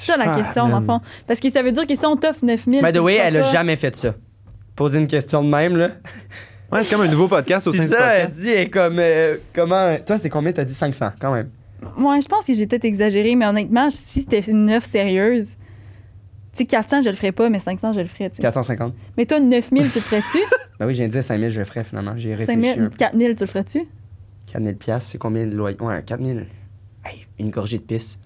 C'est ça la
Ah,
question, dans le
man.
fond. Parce que ça veut dire que si on t'offre 9000.
By the
tu
way,
le fais
elle a
pas.
jamais fait ça. Poser une question de même, là.
Ouais, c'est comme un nouveau podcast au sein
C'est
du
ça, elle
podcast.
se dit, elle est comme. euh, comment. Toi, c'est combien T'as dit 500, quand même.
Ouais, je pense que j'ai peut-être exagéré, mais honnêtement, si c'était une offre sérieuse, tu sais, 400, je le ferais pas, mais 500, je le ferais, tu sais.
450.
Mais toi, 9000, tu le ferais-tu?
Ben oui, j'ai dit 5000, je le ferais finalement. J'ai réfléchi un
5000,
peu.
4000, tu le ferais-tu?
4000 piastres, c'est combien de loyer Ouais, 4000. Hey, une gorgée de pisse.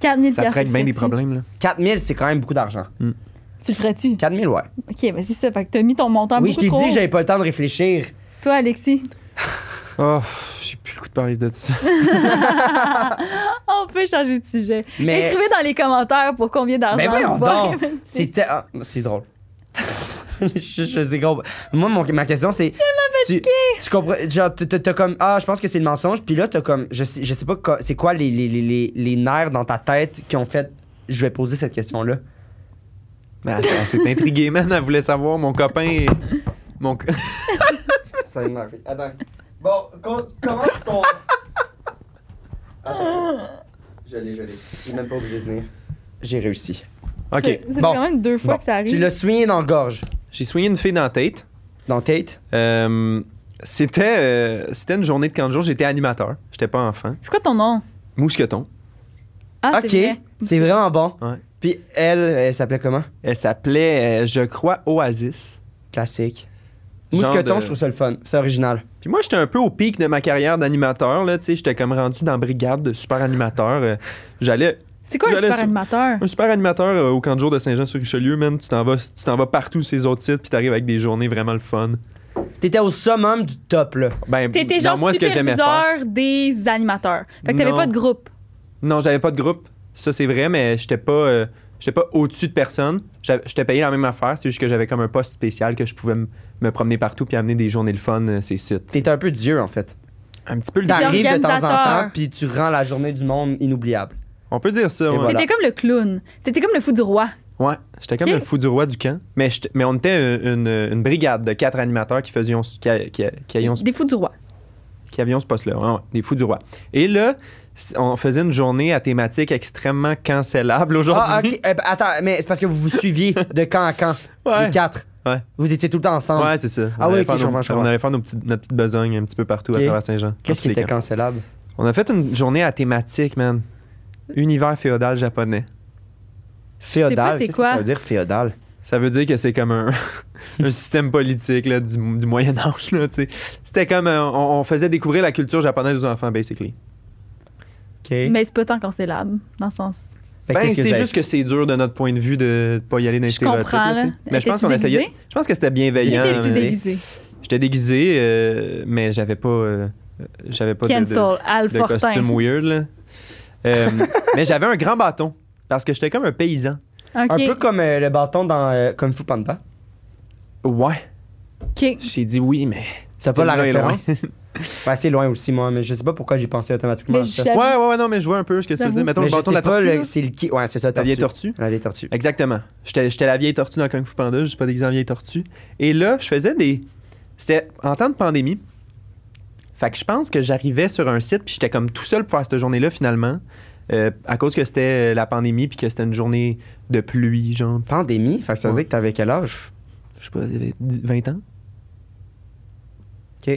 4000
Ça
piastres,
traque
tu le
bien des
ferais-tu?
problèmes, là.
4000, c'est quand même beaucoup d'argent.
Tu le ferais-tu?
4000, ouais.
Ok, ben c'est ça. Fait que t'as mis ton montant
oui, je
beaucoup
t'ai
trop.
dit,
haut.
j'avais pas le temps de réfléchir.
Toi, Alexis,
Oh, pff, j'ai plus le coup de parler de ça.
on peut changer de sujet.
Mais.
Écrivez dans les commentaires pour combien d'argent.
Mais Ben voyons
vous boirez.
donc. C'était. ah, c'est drôle. je, je sais gros. Moi, mon- ma question, c'est. Tu, tu comprends. Genre, t'as- t'as t'as comme. Ah, je pense que c'est le mensonge. Puis là, t'as comme. Je sais, je sais pas quoi- c'est quoi les, les, les, les, les nerfs dans ta tête qui ont fait. Je vais poser cette question-là.
Mais elle, elle s'est intriguée, man. Elle voulait savoir, mon copain. est- Mon... co-
Ça va m'énerver. Attends. Bon, comment ton. Ah, Je l'ai, je l'ai. J'ai même pas obligé de venir. J'ai réussi.
Ok.
C'est c'est
bon.
quand même deux fois
Bon,
que ça arrive.
Tu l'as soigné dans la gorge.
J'ai soigné une fille dans la tête.
Dans Tate.
Euh, c'était, euh, c'était une journée de camp de jour. J'étais animateur. J'étais pas enfant.
C'est quoi ton nom?
Mousqueton.
Ah,
ok.
c'est vrai.
C'est vraiment bon.
Ouais.
Puis elle, elle s'appelait comment?
Elle s'appelait, euh, je crois, Oasis.
Classique.
Genre
Mousqueton,
de-
je trouve ça le fun. C'est original.
Puis moi, j'étais un peu au pic de ma carrière d'animateur. Là, tu sais, j'étais comme rendu dans la brigade de super animateur. Euh, j'allais
C'est quoi un
J'allais
super
sur-
animateur?
Un super animateur euh, au camp de jour de Saint-Jean-sur-Richelieu, man. Tu t'en vas, tu t'en vas partout ces autres sites, puis t'arrives avec des journées vraiment le fun.
T'étais au summum du top, là.
Ben,
T'étais
dans
genre
moi, ce que j'aimais faire.
superviseur des animateurs. Fait que t'avais
Non.
pas de groupe.
Non, j'avais pas de groupe. Ça, c'est vrai, mais j'étais pas, euh, j'étais pas au-dessus de personne. J'a- J'étais payé la même affaire. C'est juste que j'avais comme un poste spécial que je pouvais m- me promener partout puis amener des journées le fun, euh, ces sites.
T'étais un peu Dieu, en fait.
Un petit peu le
T'arrives de temps en temps,
organisateur.
puis tu rends la journée du monde inoubliable.
On peut dire ça.
Et
ouais.
voilà.
T'étais comme le clown. T'étais comme le fou du roi.
Ouais, j'étais comme
Ok.
le fou du roi du camp. Mais, j'étais- mais on était une, une- une brigade de quatre animateurs qui faisions, qui, a- qui, a- qui avions
Des fous du roi.
qui avions ce poste-là, ouais, ouais, des fous du roi. Et là, c- on faisait une journée à thématique extrêmement cancellable aujourd'hui.
Ah, ok. Euh, attends, mais c'est parce que vous vous suiviez de camp à camp,
Ouais.
les quatre.
Ouais.
Vous étiez tout le temps ensemble.
Ouais, c'est ça.
Ah
on
oui,
allait
ok,
faire
je
nos-
comprends, je
on
comprends.
allait faire nos petites- notre petite besogne un petit peu partout
Ok.
à travers Saint-Jean.
Qu'est-ce
Entre
qui
les
était
camps.
cancellable?
On a fait une journée à thématique, man. Univers féodal japonais.
Féodal.
c'est
Qu'est-ce que
quoi.
ça veut dire féodal?
Ça veut dire que c'est comme un, un système politique là, du, du Moyen Âge. là, tu sais. C'était comme euh, on, on faisait découvrir la culture japonaise aux enfants, basically.
OK.
Mais c'est pas tant cancellable, dans le sens.
Fait que
Ben,
qu'est-ce que
c'est
vous
juste que c'est dur de notre point de vue de pas y aller dans les
Je
stéréotypes,
comprends,
là, tu sais.
là.
Mais je pense
Étais-tu
qu'on essayait.
déguisé?
Je pense que c'était bienveillant.
T'étais
mais-
déguisé.
J'étais déguisé, euh, mais j'avais pas, euh, j'avais pas de- de,
Cancel, Al
de
Fortin.
costume weird. Là. Euh, mais j'avais un grand bâton parce que j'étais comme un paysan.
OK.
Un peu comme euh, le bâton dans euh, Kung Fu Panda.
Ouais.
OK.
J'ai dit oui, mais.
T'as pas la
C'était loin,
référence? Ouais, c'est loin aussi, moi, mais je sais pas pourquoi j'ai pensé automatiquement
Mais
à ça.
je-
loin. Ouais, ouais, ouais, non, mais je vois un peu ce que tu veux dire.
J'avoue.
Mettons
Mais
le
je
bâton de
sais
la
pas,
tortue.
le-
là.
c'est le qui. Ouais, c'est ça,
La
tortue.
vieille tortue.
La vieille tortue.
Exactement. J'étais j'étais la vieille tortue dans Kung Fu Panda, je suis pas déguisé en vieille tortue. Et là, je faisais des. C'était en temps de pandémie. Fait que je pense que j'arrivais sur un site, puis j'étais comme tout seul pour faire cette journée-là finalement. euh, à cause que c'était euh, la pandémie, puis que c'était une journée de pluie, genre,
Pandémie, fait que ça veut
Ouais.
dire que t'avais quel âge?
je sais pas, j'avais 10, 20 ans.
Ok.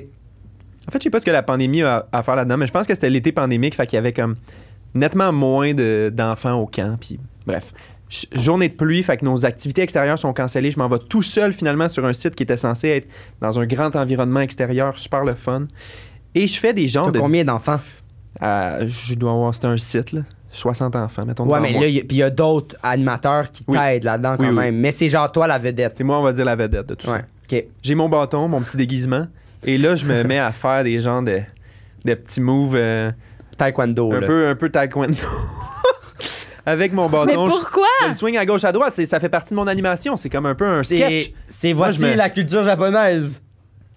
En fait, je sais pas ce que la pandémie a à faire là-dedans, mais je pense que c'était l'été pandémique, fait qu'il y avait comme nettement moins de- d'enfants au camp, puis bref. Ch- Journée de pluie, fait que nos activités extérieures sont cancellées. Je m'en vais tout seul finalement sur un site qui était censé être dans un grand environnement extérieur, super le fun. Et je fais des genres
T'as
de.
combien d'enfants?
Euh, je dois avoir, c'était un site, là. 60 enfants, mettons.
Ouais,
devant
mais
moi.
là, il y a- puis il y a d'autres animateurs qui
Oui.
t'aident là-dedans
Oui,
quand
oui.
même. Mais c'est genre toi la vedette.
C'est moi, on va dire la vedette de tout ça.
Ouais. Ok.
J'ai mon bâton, mon petit déguisement, et là, je me mets à faire des genres de, de petits moves. euh,
Taekwondo,
un
là.
peu, un peu taekwondo. Avec mon
Mais
bâton, je,
pourquoi?
je le swing à gauche à droite. c'est- Ça fait partie de mon animation. C'est comme un peu un
C'est-
sketch.
C'est
Moi,
voici
je me-
la culture japonaise.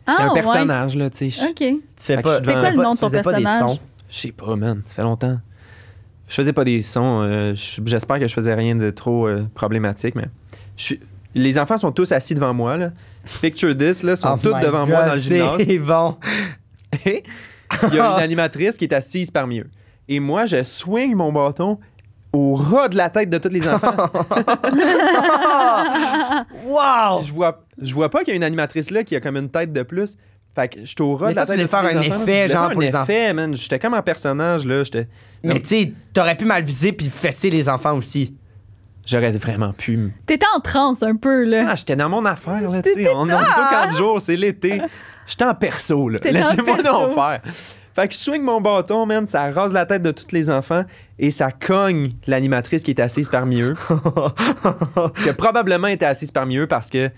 Ah,
J'étais un
ouais.
personnage, là, tu sais.
Hein?
je-
OK.
Tu fais
Fait que
pas.
je suis
tu fais
devant-
C'est quoi le
ben, pas-
nom de
tu
ton
faisais pas des
personnage?
sons.
Je sais pas, man. Ça fait longtemps. Je faisais pas des sons. euh, je- J'espère que je faisais rien de trop euh, problématique, mais je suis- Les enfants sont tous assis devant moi. Là. Picture this, là, sont
Oh
tous
my
devant
God,
moi dans le gymnase.
C'est bon.
Et il y a une animatrice qui est assise parmi eux. Et moi, je swing mon bâton au ras de la tête de tous les enfants.
Ah! wow!
je vois, je vois pas qu'il y a une animatrice là qui a comme une tête de plus. Fait que je suis au ras
Mais
de la
toi,
tête
tu
de
voulais
tous
faire
les
un
enfants.
effet,
Je voulais
genre,
faire
pour les
un effet, man. J'étais comme un personnage, là. J'étais...
Mais tu sais, t'aurais pu mal viser puis fesser les enfants aussi.
J'aurais vraiment pu... me-
T'étais en transe un peu, là.
Hein?
Ah, j'étais dans mon affaire, là, tu sais. On a tout 40 jours, c'est l'été. J'étais en perso, là.
T'étais en
Laissez-moi
perso.
donc faire. Fait que je swing mon bâton, man. Ça rase la tête de tous les enfants et ça cogne l'animatrice qui est assise parmi eux. qui a probablement été assise parmi eux parce que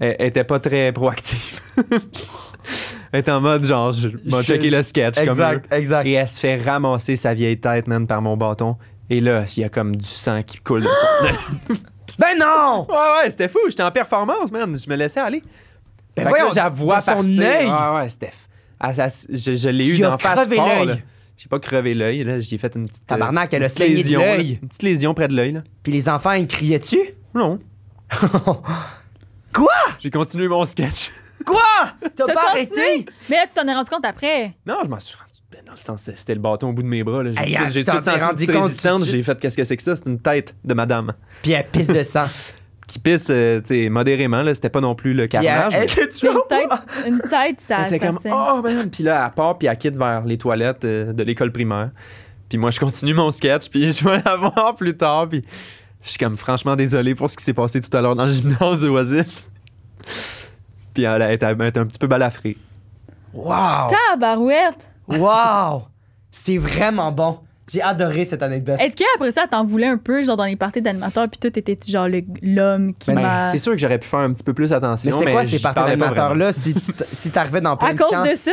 elle, elle était pas très proactive. elle était en mode genre, je vais
Je-
checker le sketch comme eux.
exact, exact.
Et elle se fait ramasser sa vieille tête, man, par mon bâton. Et là, il y a comme du sang qui coule. de son-
Ben non!
ouais, ouais, c'était fou. J'étais en performance, man. Je me laissais aller.
Ben
Fait que là,
voyons,
j'avoue
dans son
partir.
œil.
Ouais, ouais, c'était. f- Ah, ça- je je l'ai eu
Tu as
d'en face
crevé
fort,
l'œil.
là. J'ai pas crevé l'œil, là. J'ai fait une petite. euh,
Tabarnak, elle a
une petite
saigné de
lésion, là.
l'œil.
Une petite lésion près de l'œil, là.
Puis les enfants, ils criaient dessus?
Non.
Quoi?
J'ai continué mon sketch.
Quoi? T'as pas
T'as continué?
arrêté?
Mais là, tu t'en es rendu compte après.
Non, je m'en suis rendu. ben, dans le sens, c'était c'était le bâton au bout de mes bras. là. J'ai
Hey, ah,
tout de suite- j'ai tout
t'en
de suite
t'es
senti
rendu
une
compte
résistance.
tout de
J'ai fait qu'est-ce que c'est que ça? C'est une tête de madame
Puis elle pisse de sang.
qui pisse euh, tu sais, modérément. là. C'était pas non plus le
Puis
carnage.
elle-
mais-
elle était
Puis Une tête, une tête ça,
Elle était
ça
comme
saigne.
Oh man! Puis là, elle part, puis elle quitte vers les toilettes euh, de l'école primaire. Puis moi, je continue mon sketch, puis je vais la voir plus tard. Puis je suis comme franchement désolé pour ce qui s'est passé tout à l'heure dans le gymnase de Oasis. puis elle a été un petit peu balafrée.
Wow!
Tabarouette!
Wow! C'est vraiment bon. J'ai adoré cette anecdote.
Est-ce qu'après ça, t'en voulais un peu, genre dans les parties d'animateurs, puis tout, t'étais-tu genre le- l'homme qui
Ben,
m'a.
c'est sûr que j'aurais pu faire un petit peu plus
Mais
attention.
c'était quoi
j'y
ces parties
parlais pas vraiment.
d'animateurs-là? Si t- si t'arrivais dans plein
À
de
cause
camps,
de ça?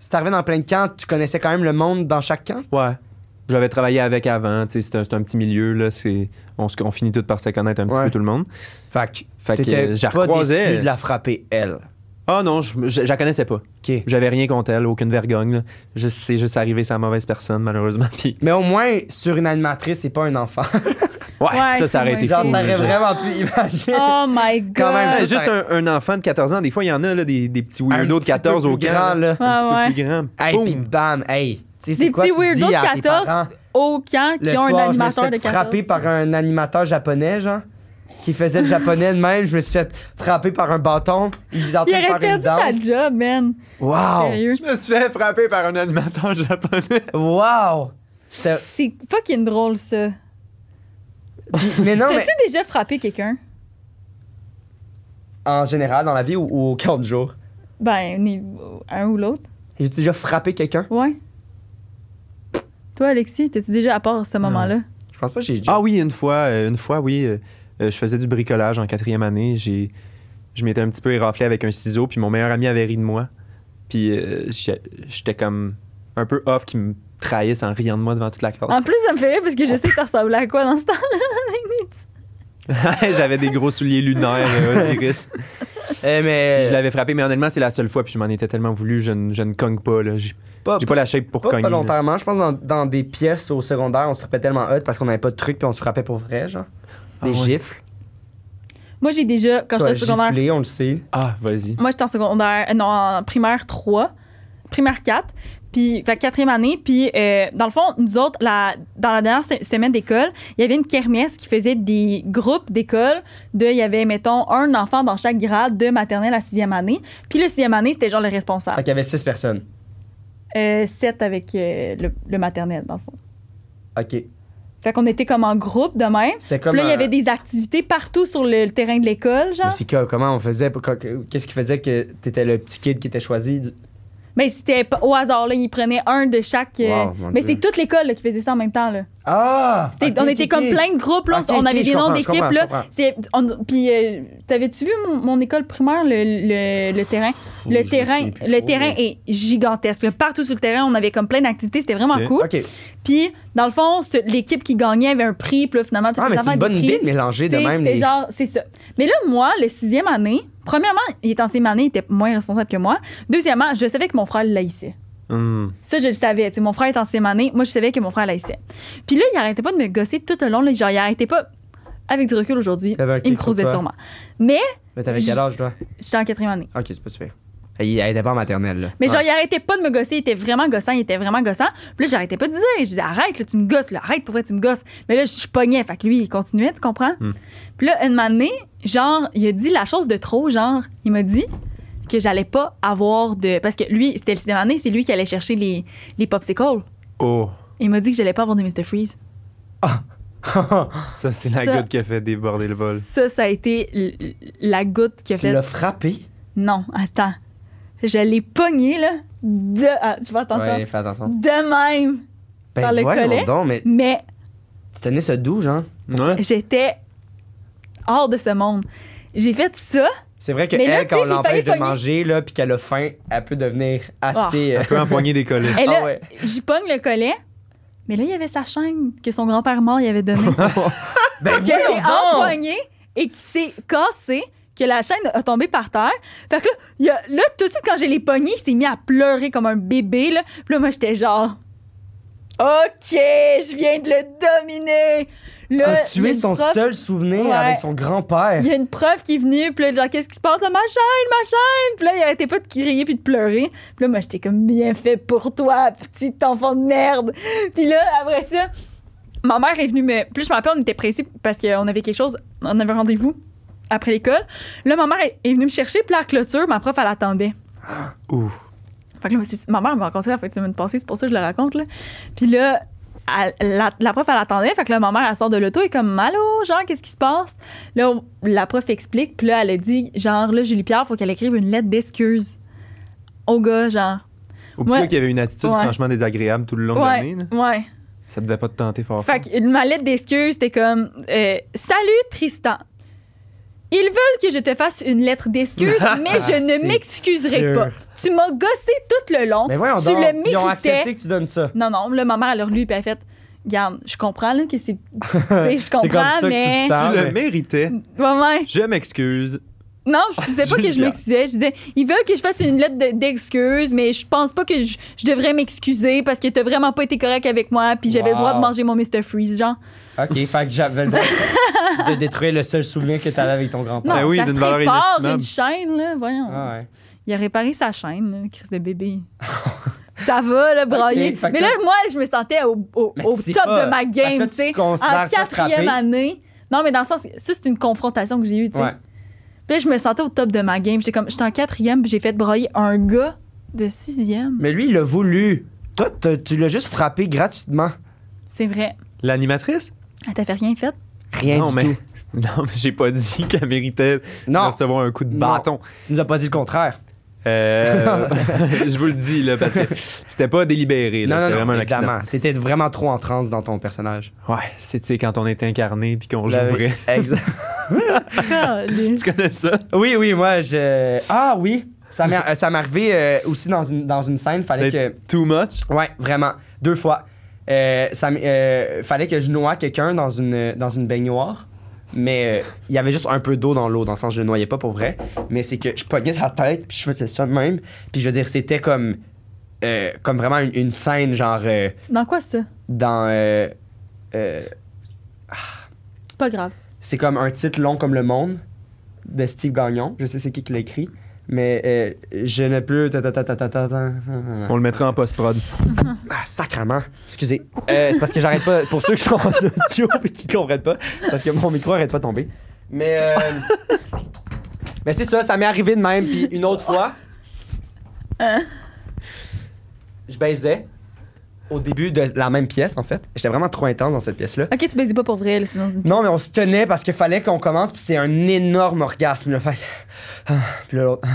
si t'arrivais dans plein de camps, tu connaissais quand même le monde dans chaque camp?
Ouais. J'avais travaillé avec avant, tu sais, c'est un, c'est un petit milieu, là, c'est, on, se- on finit tout par se connaître un petit
Ouais.
peu tout le monde.
Fait que
Fait que
t'étais
euh, j'ai
pas déçu
recroisé.
de la frapper, elle.
Ah non, je, je- je la connaissais pas.
OK.
J'avais rien contre elle, aucune vergogne. là. Je sais juste arrivé sur la mauvaise personne, malheureusement. Puis,
Mais au moins, sur une animatrice, c'est pas un enfant.
ouais,
Ouais,
ça, ça aurait
ouais.
été
Genre,
fou.
t'aurais
là, je-
vraiment pu imaginer.
Oh my god!
Quand même,
Ouais,
ça,
juste
ça
un, un enfant de 14 ans, des fois, il y en a là, des, des petits
Un
weirdos de
petit peu
14 au
plus
grand.
grand,
là,
là.
Un petit
Ouais,
peu plus grand.
Hey,
Boum.
puis bam, hey. Tu sais,
Des
c'est quoi
petits
tu dis
weirdos de
à tes
14
parents?
Au camp
Le
qui ont un
soir,
animateur
je me
de
suis fait frapper
14.
par un animateur japonais, genre, qui faisait le japonais de même. Je me suis fait frapper par un bâton. Il est en
Il
train de
aurait
faire une
perdu sa
danse. Oh,
job, man.
Wow!
Sérieux.
Je me suis fait frapper par un animateur japonais.
Wow! C'était-
C'est fucking drôle, ça.
Puis- mais non,
T'as-tu
mais
déjà frappé quelqu'un?
en général, dans la vie ou, ou au camp de jour,
Ben, ni- un ou l'autre.
j'ai déjà frappé quelqu'un.
Ouais. Toi, Alexis, t'es-tu déjà à part à ce moment-là?
Je pense pas que j'ai déjà.
Ah oui, une fois, euh, une fois, oui, euh, euh, je faisais du bricolage en quatrième année. J'ai, je m'étais un petit peu éraflé avec un ciseau, puis mon meilleur ami avait ri de moi. Puis euh, j'ai- j'étais comme, un peu off qui me trahissent en riant de moi devant toute la classe.
En plus, ça me fait rire parce que je sais que t'as ressemblé à quoi dans ce temps-là.
J'avais des gros souliers lunaires, euh, Osiris.
Eh, mais
Je l'avais frappé, mais honnêtement, c'est la seule fois, puis je m'en étais tellement voulu, je ne, je ne cogne pas. Là. J'ai,
pas,
j'ai pas la shape
Ah,
pour
pas
cogner. là.
volontairement. Je pense dans, dans des pièces au secondaire, on se frappait tellement hot parce qu'on n'avait pas de trucs puis on se frappait pour vrai, genre.
Ah
Des
ouais.
gifles.
Moi, j'ai déjà, quand
Toi,
j'étais au secondaire,
giflé, on le sait.
Ah, vas-y.
moi, j'étais en secondaire, euh, non, en primaire 3, primaire 4, puis, fait, quatrième année, puis, euh, dans le fond, nous autres, la, dans la dernière se- semaine d'école, il y avait une kermesse qui faisait des groupes d'école de, il y avait, mettons, un enfant dans chaque grade de maternelle à sixième année, puis le sixième année, c'était genre le
Fait
responsable.
qu'il y avait six personnes.
Euh, sept avec euh, le, le maternel, dans le fond.
OK.
Fait qu'on était comme en groupe de même.
C'était comme. euh,
Puis là, il y
un-
avait des activités partout sur le, le terrain de l'école,
Mais
genre.
c'est que- comment on faisait pour- Qu'est-ce qui faisait que t'étais le petit kid qui était choisi du-
Mais c'était pas- au hasard, là, ils prenaient un de chaque. euh,
Wow, mon
mais
Dieu.
c'est toute l'école là, qui faisait ça en même temps, là.
Ah
C'était-
OK,
on
OK,
était comme
OK.
plein de groupes, là.
Ok,
on
ok,
avait
je
des noms
comprends, je
d'équipe,
comprends, je
là.
comprends.
C'est- on- Puis, euh, t'avais-tu vu mon, mon école primaire, le, le- le terrain?
Oh, je
le
me
terrain,
souviens plus
le
trop,
terrain est gigantesque. là. Partout sur le terrain, on avait comme plein d'activités. C'était vraiment
Ok.
cool.
OK. Ah,
Puis, dans le fond, ce- l'équipe qui gagnait avait un prix. Puis là, finalement, tous
Ah,
les
mais c'est
enfants
une
avaient
bonne
des
idée
prix.
de mélanger de
T'sais,
même
c'était
les.
genre, c'est ça. Mais là, moi, le sixième année, premièrement, il était en sixième année, il était moins responsable que moi. Deuxièmement, je savais que mon frère l'haïssait.
Hmm.
Ça, je le savais. T'sais, mon frère est en sixième année, moi, je savais que mon frère l'haïssait. Puis là, il arrêtait pas de me gosser tout le long. Là, genre, il arrêtait pas. Avec du recul aujourd'hui,
T'avais un
il me
clic sur
croisait
toi.
sûrement. Mais
Mais t'avais quel âge, toi
j'étais en quatrième année.
OK, c'est pas super. Il elle était pas en maternelle, là.
Mais genre,
Ah.
il arrêtait pas de me gosser. Il était vraiment gossant, il était vraiment gossant. Puis là, j'arrêtais pas de dire. Je disais, arrête, là, tu me gosses, là, arrête, pour vrai, tu me gosses. Mais là, je je pognais. Fait que lui, il continuait, tu comprends?
Hmm.
Puis là, une année, genre, il a dit la chose de trop. Genre, il m'a dit que j'allais pas avoir de. Parce que lui, c'était le sixième année, c'est lui qui allait chercher les, les popsicles.
Oh,
Il m'a dit que j'allais pas avoir de Mr. Freeze.
Ah.
ça, c'est la
Ça-
goutte qui a fait déborder le bol.
Ça, ça a été l- l- la goutte qui a
tu l'as
fait.
frappé
Non, attends. Je l'ai pogné, là. De... ah, tu vas attendre
Ouais,
ça.
fais attention.
De même.
Ben,
Par le
voyons
collet.
donc, mais
Mais
tu tenais ce doux, genre.
Ouais.
j'étais hors de ce monde. J'ai fait ça.
C'est vrai que
Mais là,
elle, quand
tu
on
sais, j'ai failli
l'empêche de
pogner. Ah.
manger, là, puis qu'elle a faim, elle peut devenir assez. euh,
Un peu empoigné des collets.
Et là,
Ah ouais.
j'y pogne le collet. Mais là, il y avait sa chaîne que son grand-père mort y avait donnée.
ben, voyons
que j'ai
donc!
empoignée et qui s'est cassée, que la chaîne a tombé par terre. Fait que là, il y a- là, tout de suite, quand j'ai les pognés, il s'est mis à pleurer comme un bébé. Là. Puis là, moi, j'étais genre... OK, je viens de le dominer.
T'as
Là, il y a
tué
une
son
prof-
seul souvenir
Ouais.
avec son grand-père.
Il y a une prof qui est venue, puis là, genre, qu'est-ce qui se passe? là? Ma chaîne, ma chaîne! Puis là, il arrêtait pas de crier puis de pleurer. Puis là, moi, j'étais comme bien fait pour toi, petit enfant de merde. Puis là, après ça, ma mère est venue me. Puis là, je me rappelle, on était pressés parce qu'on avait quelque chose, on avait rendez-vous après l'école. Là, ma mère est- est venue me chercher, puis là, à la clôture, ma prof, elle attendait.
Ouh.
Fait que là, c'est- ma mère m'a rencontré la fin de semaine passée, c'est pour ça que je le raconte. Là. Puis là, elle- la, la prof, elle attendait. Fait que là, ma mère, elle sort de l'auto et comme, Allô, genre, qu'est-ce qui se passe? Là, on- la prof explique. Puis là, elle a dit, genre, là, Julie-Pierre, faut qu'elle écrive une lettre d'excuse au gars, genre.
Au petit
Ouais.
gars qui avait une attitude
Ouais.
franchement désagréable tout le long de l'année,
Ouais.
là.
Ouais.
ça devait pas te tenter fort.
Fait
fort.
que ma lettre d'excuse, c'était comme euh, Salut Tristan. Ils veulent que je te fasse une lettre d'excuse, mais je
C'est
ne m'excuserai
sûr.
pas. Tu m'as gossé tout le long.
Mais Ben, voyons
tu
donc,
le
ils ont
méritais.
accepté que tu donnes ça.
Non, non, là, ma mère, elle a relu, puis elle a fait Garde, je comprends, là, que c'est. tu sais, je
comme ça
comprends,
que tu te
mais.
sens.
Tu
Ah,
le
mais-
méritais.
Ouais, ouais.
Je m'excuse.
Non, je disais pas
Je
que je
regarde.
m'excusais. Je disais, ils veulent que je fasse une lettre de- d'excuse, mais je pense pas que je, je devrais m'excuser parce que t'as vraiment pas été correct avec moi, puis j'avais le droit de
Wow.
manger mon Mr. Freeze, genre.
Ok, fait que j'avais le droit de détruire le seul souvenir que t'avais avec ton
Non,
grand-père.
Ben oui,
ça se
d'une valeur
répare une
inestimable.
chaîne, là, voyons.
Ah ouais.
Il a réparé sa chaîne, là, Chris de bébé. ça va, là, brailler.
fait que
mais
là-
là, moi, je me sentais au, au-
Mais
au
tu sais
top
pas.
de ma
Fait que là,
game,
tu
tu sais.
te
En
considères ça frappé?
quatrième année. Non, mais dans le sens, que ça, c'est une confrontation que j'ai eue, tu sais.
Ouais.
Puis là, je me sentais au top de ma game. J'étais comme, j'étais en quatrième, puis j'ai fait brailler un gars de sixième.
Mais lui, il l'a voulu. Toi, t'as- tu l'as juste frappé gratuitement.
C'est vrai.
L'animatrice?
Elle t'a fait rien fait?
Rien
non,
du
mais...
tout.
Non, mais j'ai pas dit qu'elle méritait de
Non,
recevoir un coup de
Non.
bâton.
tu nous as pas dit le contraire.
Euh, je vous le dis, là, parce que c'était pas délibéré.
non,
là,
non,
C'était
non,
vraiment un accident.
évidemment. T'étais vraiment trop en transe dans ton personnage.
Ouais, c'est tu sais, quand on est incarné puis qu'on joue
Là,
vrai.
Exact.
Caliste.
Tu connais ça?
Oui, oui, moi, je. Ah oui! Ça m'est euh, ça m'est arrivé euh, aussi dans une, dans une scène, fallait que.
Too much.
Ouais, vraiment. Deux fois. Euh, ça m'est- euh, fallait que je noie quelqu'un dans une, dans une baignoire. Mais euh, il y avait juste un peu d'eau dans l'eau, dans le sens je le noyais pas pour vrai. Mais c'est que je pognais sa tête, puis je faisais ça de même. Puis je veux dire, c'était comme, euh, comme vraiment une, une scène, genre euh,
Dans quoi ça?
dans. euh, euh,
C'est pas grave.
c'est comme un titre long comme le monde de Steve Gagnon. Je sais c'est qui qui l'a écrit, mais euh, je ne peux. ta- ta- ta- ta- ta- ta- ta-
On le mettra en post-prod.
Ah, sacrement! Excusez. Euh, c'est parce que j'arrête pas. Pour ceux qui sont en audio et qui comprennent pas, c'est parce que mon micro arrête pas de tomber. Mais. euh, mais c'est ça, ça m'est arrivé de même. Puis une autre fois,
Hein?
je baisais au début de la même pièce, en fait. J'étais vraiment trop intense dans cette pièce-là.
Ok, tu baisais pas pour vrai, là, c'est dans une.
Non, mais on se tenait parce qu'il fallait qu'on commence, puis c'est un énorme orgasme. Là. Fait que- ah, Puis là, l'autre.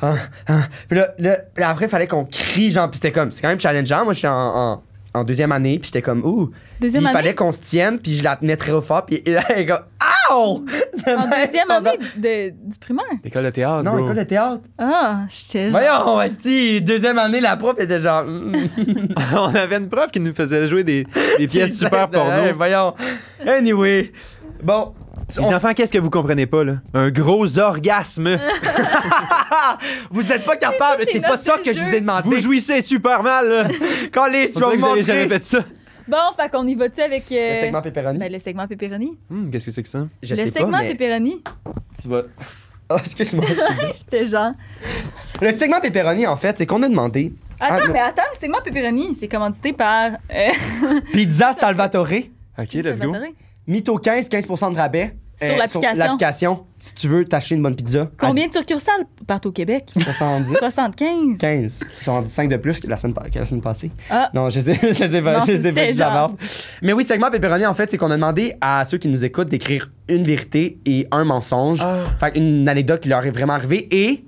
ah, ah, ah. Puis là, là, là, après, il fallait qu'on crie, genre, puis c'était comme. C'est quand même challengeant. Moi, j'étais en, en- en deuxième année, puis j'étais comme, ouh. Puis
Deuxième
il fallait
année.
qu'on se tienne, puis je la tenais très fort, puis là, elle est comme, ow! De
En
même
deuxième
pendant-
année de, du primaire.
L'école de théâtre.
Non,
bro.
école de théâtre.
Ah, j'étais. genre-
Voyons, esti, deuxième année, la prof était genre. hmm.
on avait une prof qui nous faisait jouer des, des pièces super
Hey,
porno.
voyons. Anyway. Bon.
Les enfants, qu'est-ce que vous comprenez pas, là? Un gros orgasme.
Vous n'êtes pas capable,
c'est
c'est pas
notre
ça que je
jeu.
vous ai demandé.
vous jouissez super mal, là.
Quand les
On dirait que vous avez jamais fait ça.
Bon, fait qu'on y va-tu avec. euh,
Le segment pepperoni?
ben, le segment pepperoni.
Hum, qu'est-ce que c'est que ça?
je
le
sais
segment
pas, mais
pepperoni.
tu vas... Ah, excuse-moi. je suis-
J'étais genre.
le segment pepperoni, en fait, c'est qu'on a demandé
Attends,
Ah, non.
mais attends, le segment pepperoni, c'est commandité par. euh,
pizza Salvatore,
Ok, let's go.
Salvatore.
mytho 15, 15% de rabais. Euh,
Sur l'application.
l'application. Si tu veux t'acheter une bonne pizza.
Combien de succursales partout au Québec?
à 70.
75.
15. Ils sont rendus 5 de plus que la semaine, pa- que la semaine passée.
Ah.
Non, je sais, je sais pas,
Non,
je sais pas,
c'était
je la
genre-
merde. Mais oui, segment pepperoni, en fait, c'est qu'on a demandé à ceux qui nous écoutent d'écrire une vérité et un mensonge.
Ah.
Fait une anecdote qui leur est vraiment arrivée et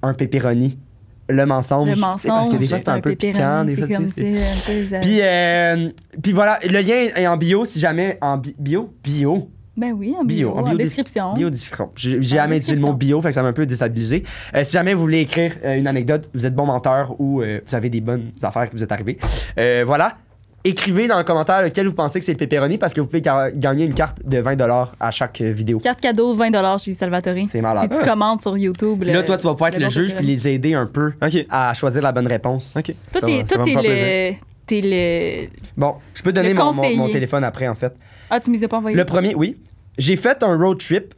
un pepperoni. Le mensonge.
Le
Tu sais,
mensonge.
Parce que des fois, c'est un peu
pepperoni,
piquant. Des
c'est
fois,
comme
c'est-
si un peu-
Puis, euh, puis voilà, le lien est en bio si jamais. En bi- bio Bio.
Ben oui,
Bio,
en bio,
en
en,
bio des-
description.
Bio discron. J'ai j'ai
En
jamais utilisé le mot bio, fait que ça m'a un peu déstabilisé. Euh, si jamais vous voulez écrire euh, une anecdote, vous êtes bon menteur ou euh, vous avez des bonnes affaires qui vous êtes arrivées. Euh, voilà. Écrivez dans le commentaire lequel vous pensez que c'est le pepperoni parce que vous pouvez ga- gagner une carte de 20$ à chaque euh, vidéo.
Carte cadeau, 20 chez Salvatore.
C'est malade.
Si tu
Ah.
commandes sur YouTube.
Là, toi, tu vas pouvoir être
le
le
bon
juge puis
pepperoni.
les aider un peu
Ok,
à choisir la bonne réponse.
ok.
Toi,
Ça
t'es,
va- ça
toi,
va me
t'es
faire plaisir.
le. T'es le.
Bon, je peux donner
Le
mon, mon- mon
conseiller.
téléphone après, en fait.
Ah, tu me les as pas envoyé.
Le premier, oui. J'ai fait un road trip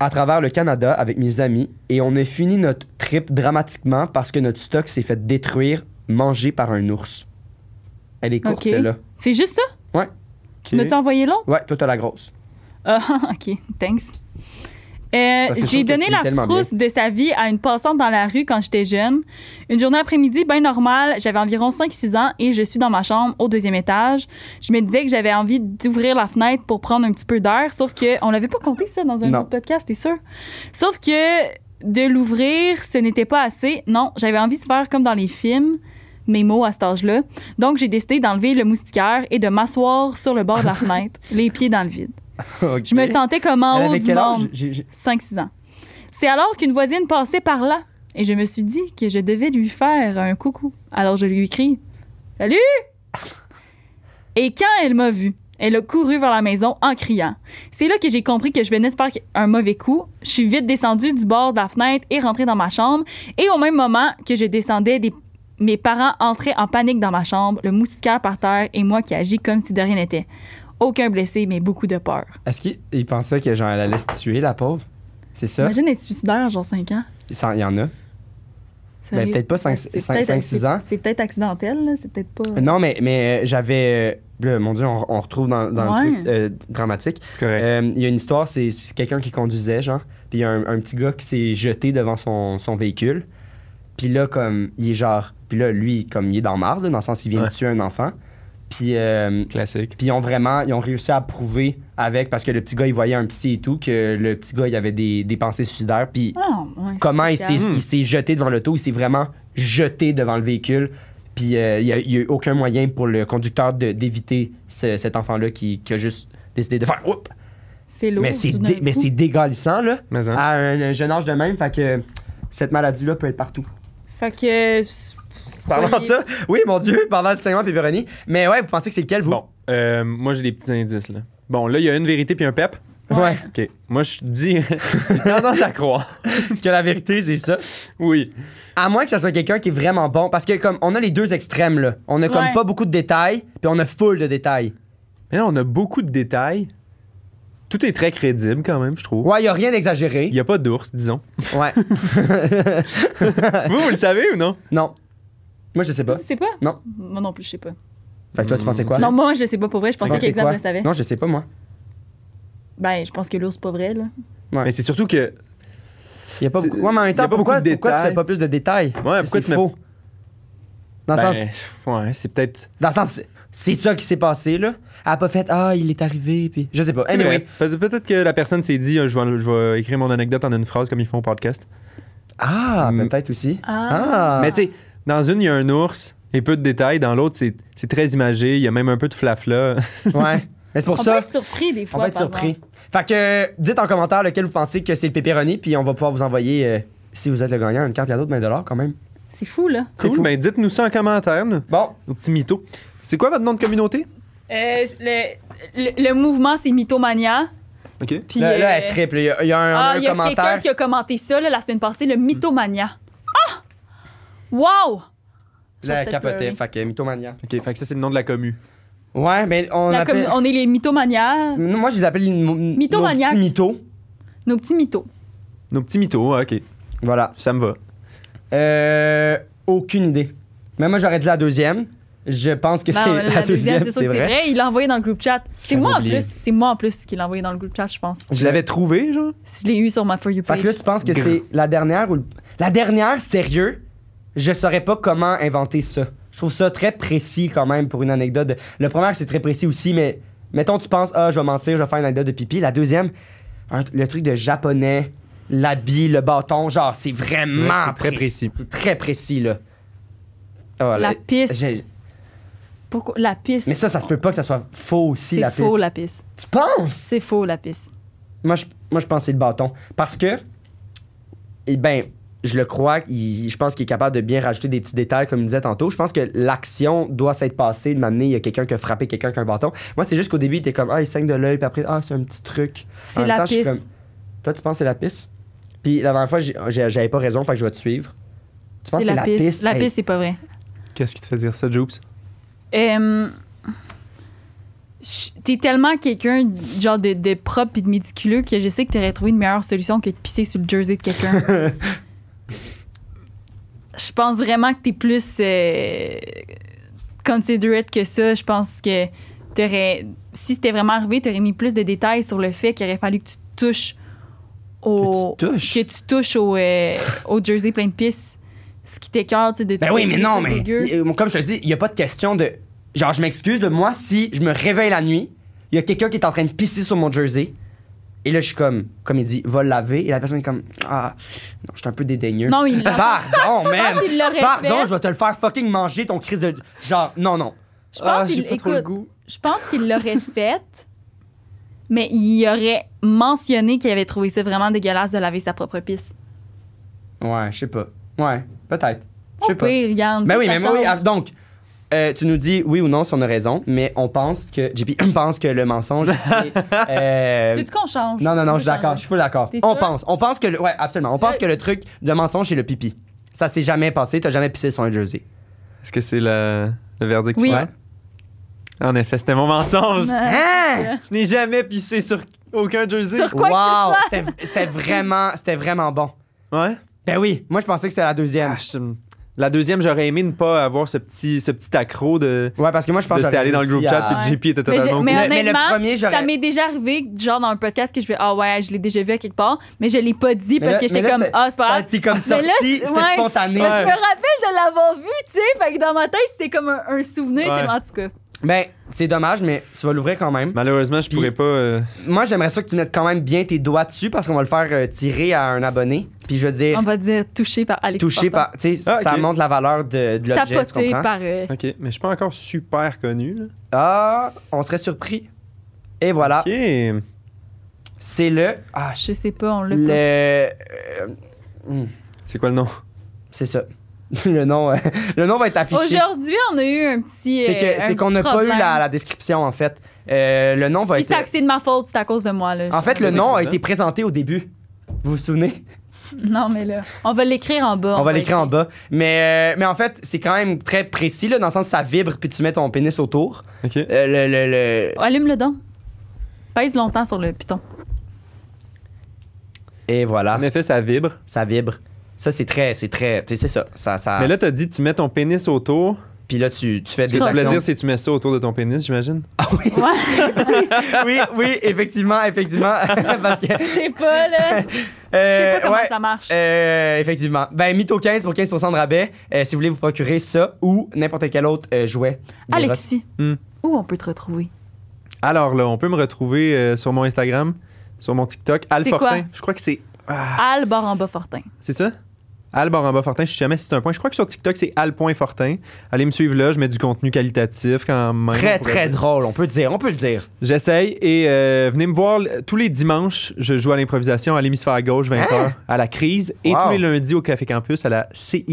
à travers le Canada avec mes amis et on a fini notre trip dramatiquement parce que notre stock s'est fait détruire, mangé par un ours. Elle est courte,
Ok.
celle-là.
C'est juste ça? Tu
Ok.
m'as-tu envoyé l'autre?
Ouais, toi, t'as la grosse.
Ah, ok, thanks.
parce
Euh,
que je trouve
j'ai
que
donné
tu lis
la
tellement
frousse de sa vie à une passante dans la rue quand j'étais jeune. Une journée après-midi, bien normale, j'avais environ 5-6 ans et je suis dans ma chambre au deuxième étage. Je me disais que j'avais envie d'ouvrir la fenêtre pour prendre un petit peu d'air, sauf que on l'avait pas compté ça dans un
Non.
autre podcast, t'es sûr? Sauf que de l'ouvrir, ce n'était pas assez. Non, j'avais envie de faire comme dans les films, mes mots à cet âge-là. Donc j'ai décidé d'enlever le moustiquaire et de m'asseoir sur le bord de la fenêtre, les pieds dans le vide.
Ok.
Je me sentais comme
Elle
en haut
avait
du
quel âge?
monde.
J'ai- j'ai-
5-6 ans. C'est alors qu'une voisine passait par là et je me suis dit que je devais lui faire un coucou. Alors je lui crie Salut Et quand elle m'a vu, elle a couru vers la maison en criant. C'est là que j'ai compris que je venais de faire un mauvais coup. Je suis vite descendue du bord de la fenêtre et rentrée dans ma chambre. Et au même moment que je descendais, des- mes parents entraient en panique dans ma chambre, le moustiquaire par terre et moi qui agis comme si de rien n'était. Aucun blessé, mais beaucoup de peur.
Est-ce qu'il il pensait que genre, elle allait se tuer, la pauvre? C'est ça?
Imagine être suicidaire, genre 5 ans.
Il s'en- il y en a.
Sérieux.
Ben, peut-être pas cinq-
C'est
cinq-
peut-être-
cinq, six
c'est-
ans.
C'est peut-être accidentel, là, c'est peut-être pas.
Non, mais, mais euh, j'avais... euh, là, mon Dieu, on, on retrouve dans, dans le
Ouais.
truc euh, dramatique.
C'est correct.
Euh, Il y a une histoire, c'est c'est quelqu'un qui conduisait, genre, puis il y a un, un petit gars qui s'est jeté devant son, son véhicule. Puis là, comme, il est genre... Puis là, lui, comme, il est dans marre, là, dans le sens, il vient
Ouais.
de tuer un enfant. Puis... euh,
Classique.
puis ils ont vraiment, ils ont réussi à prouver avec, parce que le petit gars, il voyait un psy et tout, que le petit gars, il avait des, des pensées suicidaires. Puis
Ah, ouais, c'est
comment il s'est,
spécial.
Hmm.
il s'est jeté devant l'auto, il s'est vraiment jeté devant le véhicule. Puis euh, il n'y a, il y a eu aucun moyen pour le conducteur de- d'éviter ce- cet enfant-là qui, qui a juste décidé de faire Oups!
C'est lourd.
Mais c'est,
tout d'un
dé- mais
coup.
c'est dégalissant, là.
Mais hein.
À un, un jeune âge de même, fait que cette maladie-là peut être partout.
Fait que. s-
Parlant de
soyez-
ça, oui, mon Dieu, parlant de segment pepperoni. Mais ouais, vous pensez que c'est lequel, vous?
Bon, euh, moi j'ai des petits indices là. Bon, là il y a une vérité puis un pep.
Ouais.
Ok, moi je dis, j'ai tendance à croire.
que la vérité, c'est ça.
Oui.
À moins que ça soit quelqu'un qui est vraiment bon. Parce que, comme, on a les deux extrêmes, là. On a comme
Ouais.
pas beaucoup de détails, puis on a full de détails.
Mais là on a beaucoup de détails. Tout est très crédible quand même, je trouve.
Ouais, y a rien d'exagéré.
Il n'y a pas d'ours, disons.
Ouais.
vous, vous le savez ou non?
non. Moi, je sais pas.
Tu sais pas?
Non.
Moi non plus, je sais pas.
Fait que toi, tu pensais quoi?
Non, moi, je sais pas pour vrai.
Tu
Je pensais
pensais
qu'Exam
quoi?
le savait.
Non, je sais pas, moi.
Ben, je pense que l'ours, c'est pas vrai, là.
Mais c'est surtout que.
Y a pas
C'est-
beaucoup. Ouais, mais en même
y a
temps,
pas
pourquoi,
beaucoup de
pourquoi tu
détails.
fais pas plus de détails?
Ouais,
Si
pourquoi
c'est
tu mets-
faux? Dans le
ben,
sens,
ouais, c'est peut-être.
dans le sens, c'est- c'est ça qui s'est passé, là. Elle a pas fait, ah, il est arrivé, puis je sais pas. Anyway,
Pe- Peut-être que la personne s'est dit, euh, je vais, je vais écrire mon anecdote en une phrase comme ils font au podcast.
Ah,
Mm.
peut-être aussi.
Ah.
Ah.
Mais tu sais, dans une, il y a un ours et peu de détails. Dans l'autre, c'est c'est très imagé. Il y a même un peu de flafla.
Ouais. Mais c'est pour
on
ça,
peut être surpris des
on
fois.
va être
par
surpris.
exemple.
Fait que, dites en commentaire lequel vous pensez que c'est le pepperoni, puis on va pouvoir vous envoyer, euh, si vous êtes le gagnant, une carte cadeau de 20$ quand même.
C'est fou, là.
C'est fou.
Cool. Ben, dites-nous ça en commentaire, nous,
Bon,
nos petits mythos. C'est quoi votre nom de communauté?
Euh, le, le, le mouvement, c'est Mythomania.
OK.
Puis,
là, là, elle
euh,
triple. Il y a, il y a un, on a
Ah,
un
il y a quelqu'un
commentaire.
qui a commenté ça là, la semaine passée, le Mythomania. Ah! Wow!
Là, elle
Peut-être
capotait.
pleurer.
Fait que, mythomania.
OK, fait que ça, c'est le nom de la commu.
Ouais, mais on
La
appelle... Mm.
commu- on est les mythomanias,
Non, Moi, je les appelle une- nos
Mythomaniaque.
petits mythos.
nos petits mythos.
Nos petits mythos, ouais, OK.
Voilà.
Ça me va.
Euh, aucune idée. Mais moi, j'aurais dit la deuxième. Je pense que
Ben,
c'est
la,
la, deuxième,
c'est sûr que c'est vrai. Il l'a envoyé dans le groupe chat. C'est
J'avais
moi en
oublié.
plus. C'est moi en plus qui l'a envoyé dans le groupe chat, je pense.
Je l'avais trouvé, genre?
Je l'ai eu sur ma For You
Fait
page.
que là, tu penses que
Grand.
c'est la dernière ou le- la dernière sérieux Je saurais pas comment inventer ça. Je trouve ça très précis quand même pour une anecdote. Le premier c'est très précis aussi, mais mettons tu penses ah je vais mentir, je vais faire une anecdote de pipi. La deuxième, un- le truc de japonais, l'habit, le bâton, genre c'est
Ouais,
vraiment
c'est très précis.
C'est très précis là. Oh,
La
là,
piste.
j'ai-
Pourquoi- La piste.
Mais ça, ça se peut pas que ça soit faux aussi
C'est
la
faux,
piste.
la piste.
Tu penses
C'est faux, la piste.
Moi, je, moi, je pense que c'est le bâton. Parce que, eh ben, je le crois, il- je pense qu'il est capable de bien rajouter des petits détails, comme il disait tantôt. Je pense que l'action doit s'être passée de m'amener, il y a quelqu'un qui a frappé quelqu'un avec un bâton. Moi, c'est juste qu'au début, il était comme, ah, il saigne de l'œil, puis après, ah, c'est un petit truc. En
C'est
même
la
temps, je suis
piste.
comme- Toi, tu penses que c'est la piste? Puis la dernière fois, j'ai- j'ai- j'avais pas raison, fait que je vais te suivre. Tu penses
C'est
que c'est
la piste. La
Hey,
piste, c'est pas vrai.
Qu'est-ce qui te fait dire ça, Joops?
Euh, je- T'es tellement quelqu'un genre de, de propre et de méticuleux que je sais que t'aurais trouvé une meilleure solution que de pisser sur le jersey de quelqu'un. je pense vraiment que t'es plus euh, considerate que ça. Je pense que t'aurais, si c'était vraiment arrivé, t'aurais mis plus de détails sur le fait qu'il aurait fallu que tu touches au
Que tu touches?
que tu touches au, euh, au jersey plein de pisse, ce qui t'écœure, tu sais, de
Ben oui,
de-
mais
de-
non,
de-
mais
dégueu.
euh, comme je te dis, il n'y a pas de question de. Genre, je m'excuse, de moi, si je me réveille la nuit, il y a quelqu'un qui est en train de pisser sur mon jersey, et là, je suis comme, comme il dit, va le laver, et la personne est comme, ah, non, je suis un peu dédaigneux.
Non, il l'a-
Pardon, Oh, man!
pense qu'il l'aurait
Pardon,
fait.
je vais te le faire fucking manger ton crise de. Genre, non, non.
Je
ah,
pense qu'il écoute,
goût.
je pense qu'il l'aurait fait, mais il aurait mentionné qu'il avait trouvé ça vraiment dégueulasse de laver sa propre pisse.
Ouais, je sais pas. Ouais, peut-être. Je sais
Au
pas.
pire, regarde.
Ben oui,
ça
mais moi, oui. ah,
change.
Donc, euh, tu nous dis oui ou non si on a raison, mais on pense que. JP pense que le mensonge, c'est. euh,
Veux-tu qu'on change?
Non, non, non,
On
je suis
peut
d'accord, je
changer.
suis full d'accord.
T'es
On
sûr?
pense, on pense que le, ouais, absolument, on pense
Euh,
que le truc de mensonge c'est le pipi. Ça s'est jamais passé, t'as jamais pissé sur un jersey.
Est-ce que c'est le, le verdict
Oui. Ah.
final? En effet, c'était mon mensonge.
Non.
Hein?
Je n'ai jamais pissé sur aucun jersey.
Sur- Quoi que
wow,
ce
c'était- c'était vraiment, c'était vraiment bon.
Ouais.
Ben oui, moi je pensais que c'était la deuxième.
Ah, je- La deuxième, j'aurais aimé ne pas avoir ce petit, ce petit accro de.
Ouais, parce que moi je pense
de
que
c'était allé dans le groupe chat,
à-
puis JP était
Mais j'ai-
totalement au
mais
courant.
Mais- mais le
honnêtement,
premier, j'aurais-
ça m'est déjà arrivé, genre dans un podcast, que je vais Ah ouais, je l'ai déjà vu à quelque part, mais je l'ai pas dit
Mais
parce
là-
que
mais
j'étais
là,
comme
c'était-
Ah, c'est
Ça a
pas grave.
été comme
Mais
sorti,
là,
c'était
ouais.
spontané.
Mais je me rappelle de l'avoir vu, tu sais, fait que dans ma tête, c'était comme un, un souvenir,
Ouais.
tellement, en tout cas.
Ben, c'est dommage, mais tu vas l'ouvrir quand même.
Malheureusement, je
Puis-
pourrais pas. euh,
Moi j'aimerais ça que tu mettes quand même bien tes doigts dessus parce qu'on va le faire euh, tirer à un abonné. Puis je veux dire,
On va dire touché par Alex.
touché
Fortin.
par. Tu sais,
Ah,
ça
ok.
montre la valeur de, de l'objet, tu
Tapoté
comprends?
par. euh,
Ok, mais je suis pas encore super connu. Là.
Ah, on serait surpris. Et voilà,
Ok.
c'est le. Ah,
Je sais pas, on l'a
Le.
pas.
euh, hmm,
C'est quoi le nom
c'est ça. le, nom, euh, le nom va être affiché.
Aujourd'hui, on a eu un petit.
C'est
euh,
que-
un
c'est qu'on
petit
n'a pas eu
problème.
la, la description, en fait. Euh, le nom
Ce
va
qui
être.
s'est- C'est de ma faute, c'est à cause de moi. Là.
En fait, le
Des
nom a
écrivains.
été présenté au début. Vous vous souvenez?
Non, mais là, on va l'écrire en bas.
On va l'écrire en bas. Mais, euh, mais en fait, c'est quand même très précis, là, dans le sens ça vibre, puis tu mets ton pénis autour.
OK.
Euh, le, le, le-
Allume le don. Pèse longtemps sur le piton.
Et voilà,
En effet, ça vibre.
ça vibre. Ça, c'est très, c'est très, tu sais, Ah, c'est ça. ça, ça
Mais là, t'as dit, tu mets ton pénis autour.
Puis là, tu, tu fais
Ce
des
que tu voulais
actions.
dire, c'est que tu mets ça autour de ton pénis, j'imagine.
Ouais,
oui, oui, effectivement, effectivement. Parce que.
je sais pas, là. Je sais
euh,
pas comment
ouais,
ça marche.
euh, effectivement. Ben, Mytho 15 pour 15% de rabais. euh, si vous voulez vous procurer ça ou n'importe quel autre euh, jouet. de Ross.
Alexis,
Hmm.
où on peut te retrouver?
Alors là, on peut me retrouver euh, sur mon Instagram, sur mon TikTok. Al
C'est quoi?
Fortin. Je crois que c'est. Ah,
Al Baramba-Fortin.
c'est ça? Al Baramba Fortin, je sais jamais si c'est un point. Je crois que sur TikTok, c'est al.fortin. Allez me suivre là, je mets du contenu qualitatif quand même.
Très,
on pourrait
très
dire.
drôle, on peut le dire, on peut le dire.
J'essaye et euh, venez me voir l- tous les dimanches. Je joue à l'improvisation à l'hémisphère gauche, 20h,
Hein?
à la crise. Et
Wow.
tous les lundis au Café Campus à la CIA.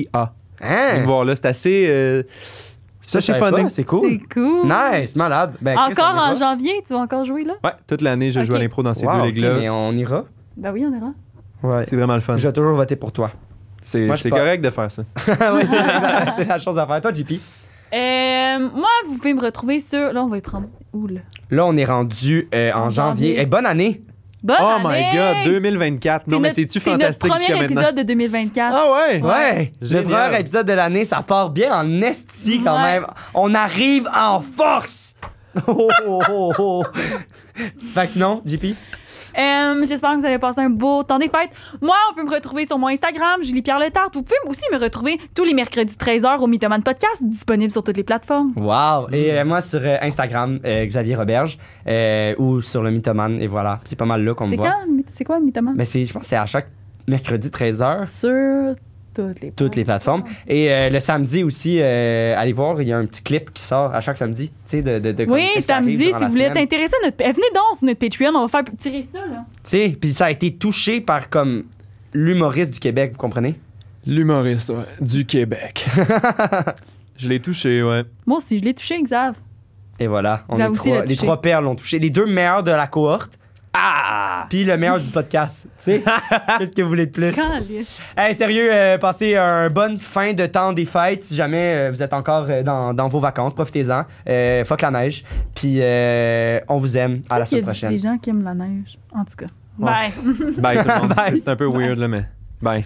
Venez me
Hein?
voir là, c'est assez. euh, ça,
je
c'est
savais
funé.
pas, C'est cool.
C'est cool.
Nice, malade. Ben, Chris,
Encore
on ira.
en janvier, tu vas encore jouer, là?
Ouais, toute l'année, je joue
Ok.
à l'impro dans ces
Wow,
deux
ok,
ligues-là.
mais on ira.
Ben oui, on ira.
Ouais.
C'est vraiment le fun.
Je vais toujours voter pour toi.
C'est
Moi, je
c'est
pas-
correct de faire ça.
Ouais, c'est la- c'est la chose à faire. Toi, JP.
Euh, moi, vous pouvez me retrouver sur... Là, on va être rendu... Ouh, là.
Là, on est rendu euh, en
En
janvier.
janvier.
Eh, bonne année.
Bonne
oh
année!
my god, 2024. Non, mais
notre-
c'est-tu
C'est
fantastique
notre
jusqu'à
premier
maintenant?
épisode de 2024.
Ah ouais?
Ouais. Le
Génial.
premier épisode de l'année, ça part bien en esti quand
Ouais.
même. On arrive en force. Oh, oh, oh, oh. Fait que sinon, JP.
Euh, J'espère que vous avez passé un beau temps des fêtes. Moi, on peut me retrouver sur mon Instagram, Julie Pierre Letarte. Vous pouvez aussi me retrouver tous les mercredis 13h au Mythoman Podcast, disponible sur toutes les plateformes.
Wow. Et euh, moi, sur euh, Instagram, euh, Xavier Roberge, euh, ou sur le Mythoman. Et voilà. C'est pas mal là qu'on me
C'est
voit.
quand? le myth- C'est quoi le Mythoman?
Mais c'est- je pense que c'est à chaque mercredi 13h.
Sur toutes les
toutes les plateformes. Et euh, le samedi aussi, euh, allez voir, il y a un petit clip qui sort à chaque samedi. Tu sais, de, de, de comme
Oui,
qu'est-ce qui arrive
samedi,
durant
si
la
vous voulez être
semaine.
intéressé, à notre... eh, venez donc sur notre Patreon, on va faire tirer ça. Là.
Tu sais, puis ça a été touché par comme l'humoriste du Québec, vous comprenez?
L'humoriste ouais, du Québec. je l'ai touché, ouais.
Moi aussi, je l'ai touché, Xav.
Et voilà, on
Vous
est
avez aussi
trois,
le
les
touché.
trois perles l'ont touché. Les deux meilleurs de la cohorte,
Ah!
puis le meilleur du podcast. Tu sais, qu'est-ce que vous voulez de plus?
Calice.
Hey, sérieux, euh, passez un bonne fin de temps des fêtes. Si jamais euh, vous êtes encore euh, dans, dans vos vacances, profitez-en. Euh, fuck la neige. Puis euh, on vous aime. À la
Il y a
semaine
du-
prochaine.
des gens qui aiment la neige. En tout cas.
Ouais.
Bye.
Bye tout le monde.
Bye.
C'est un peu weird, là, mais. Bye.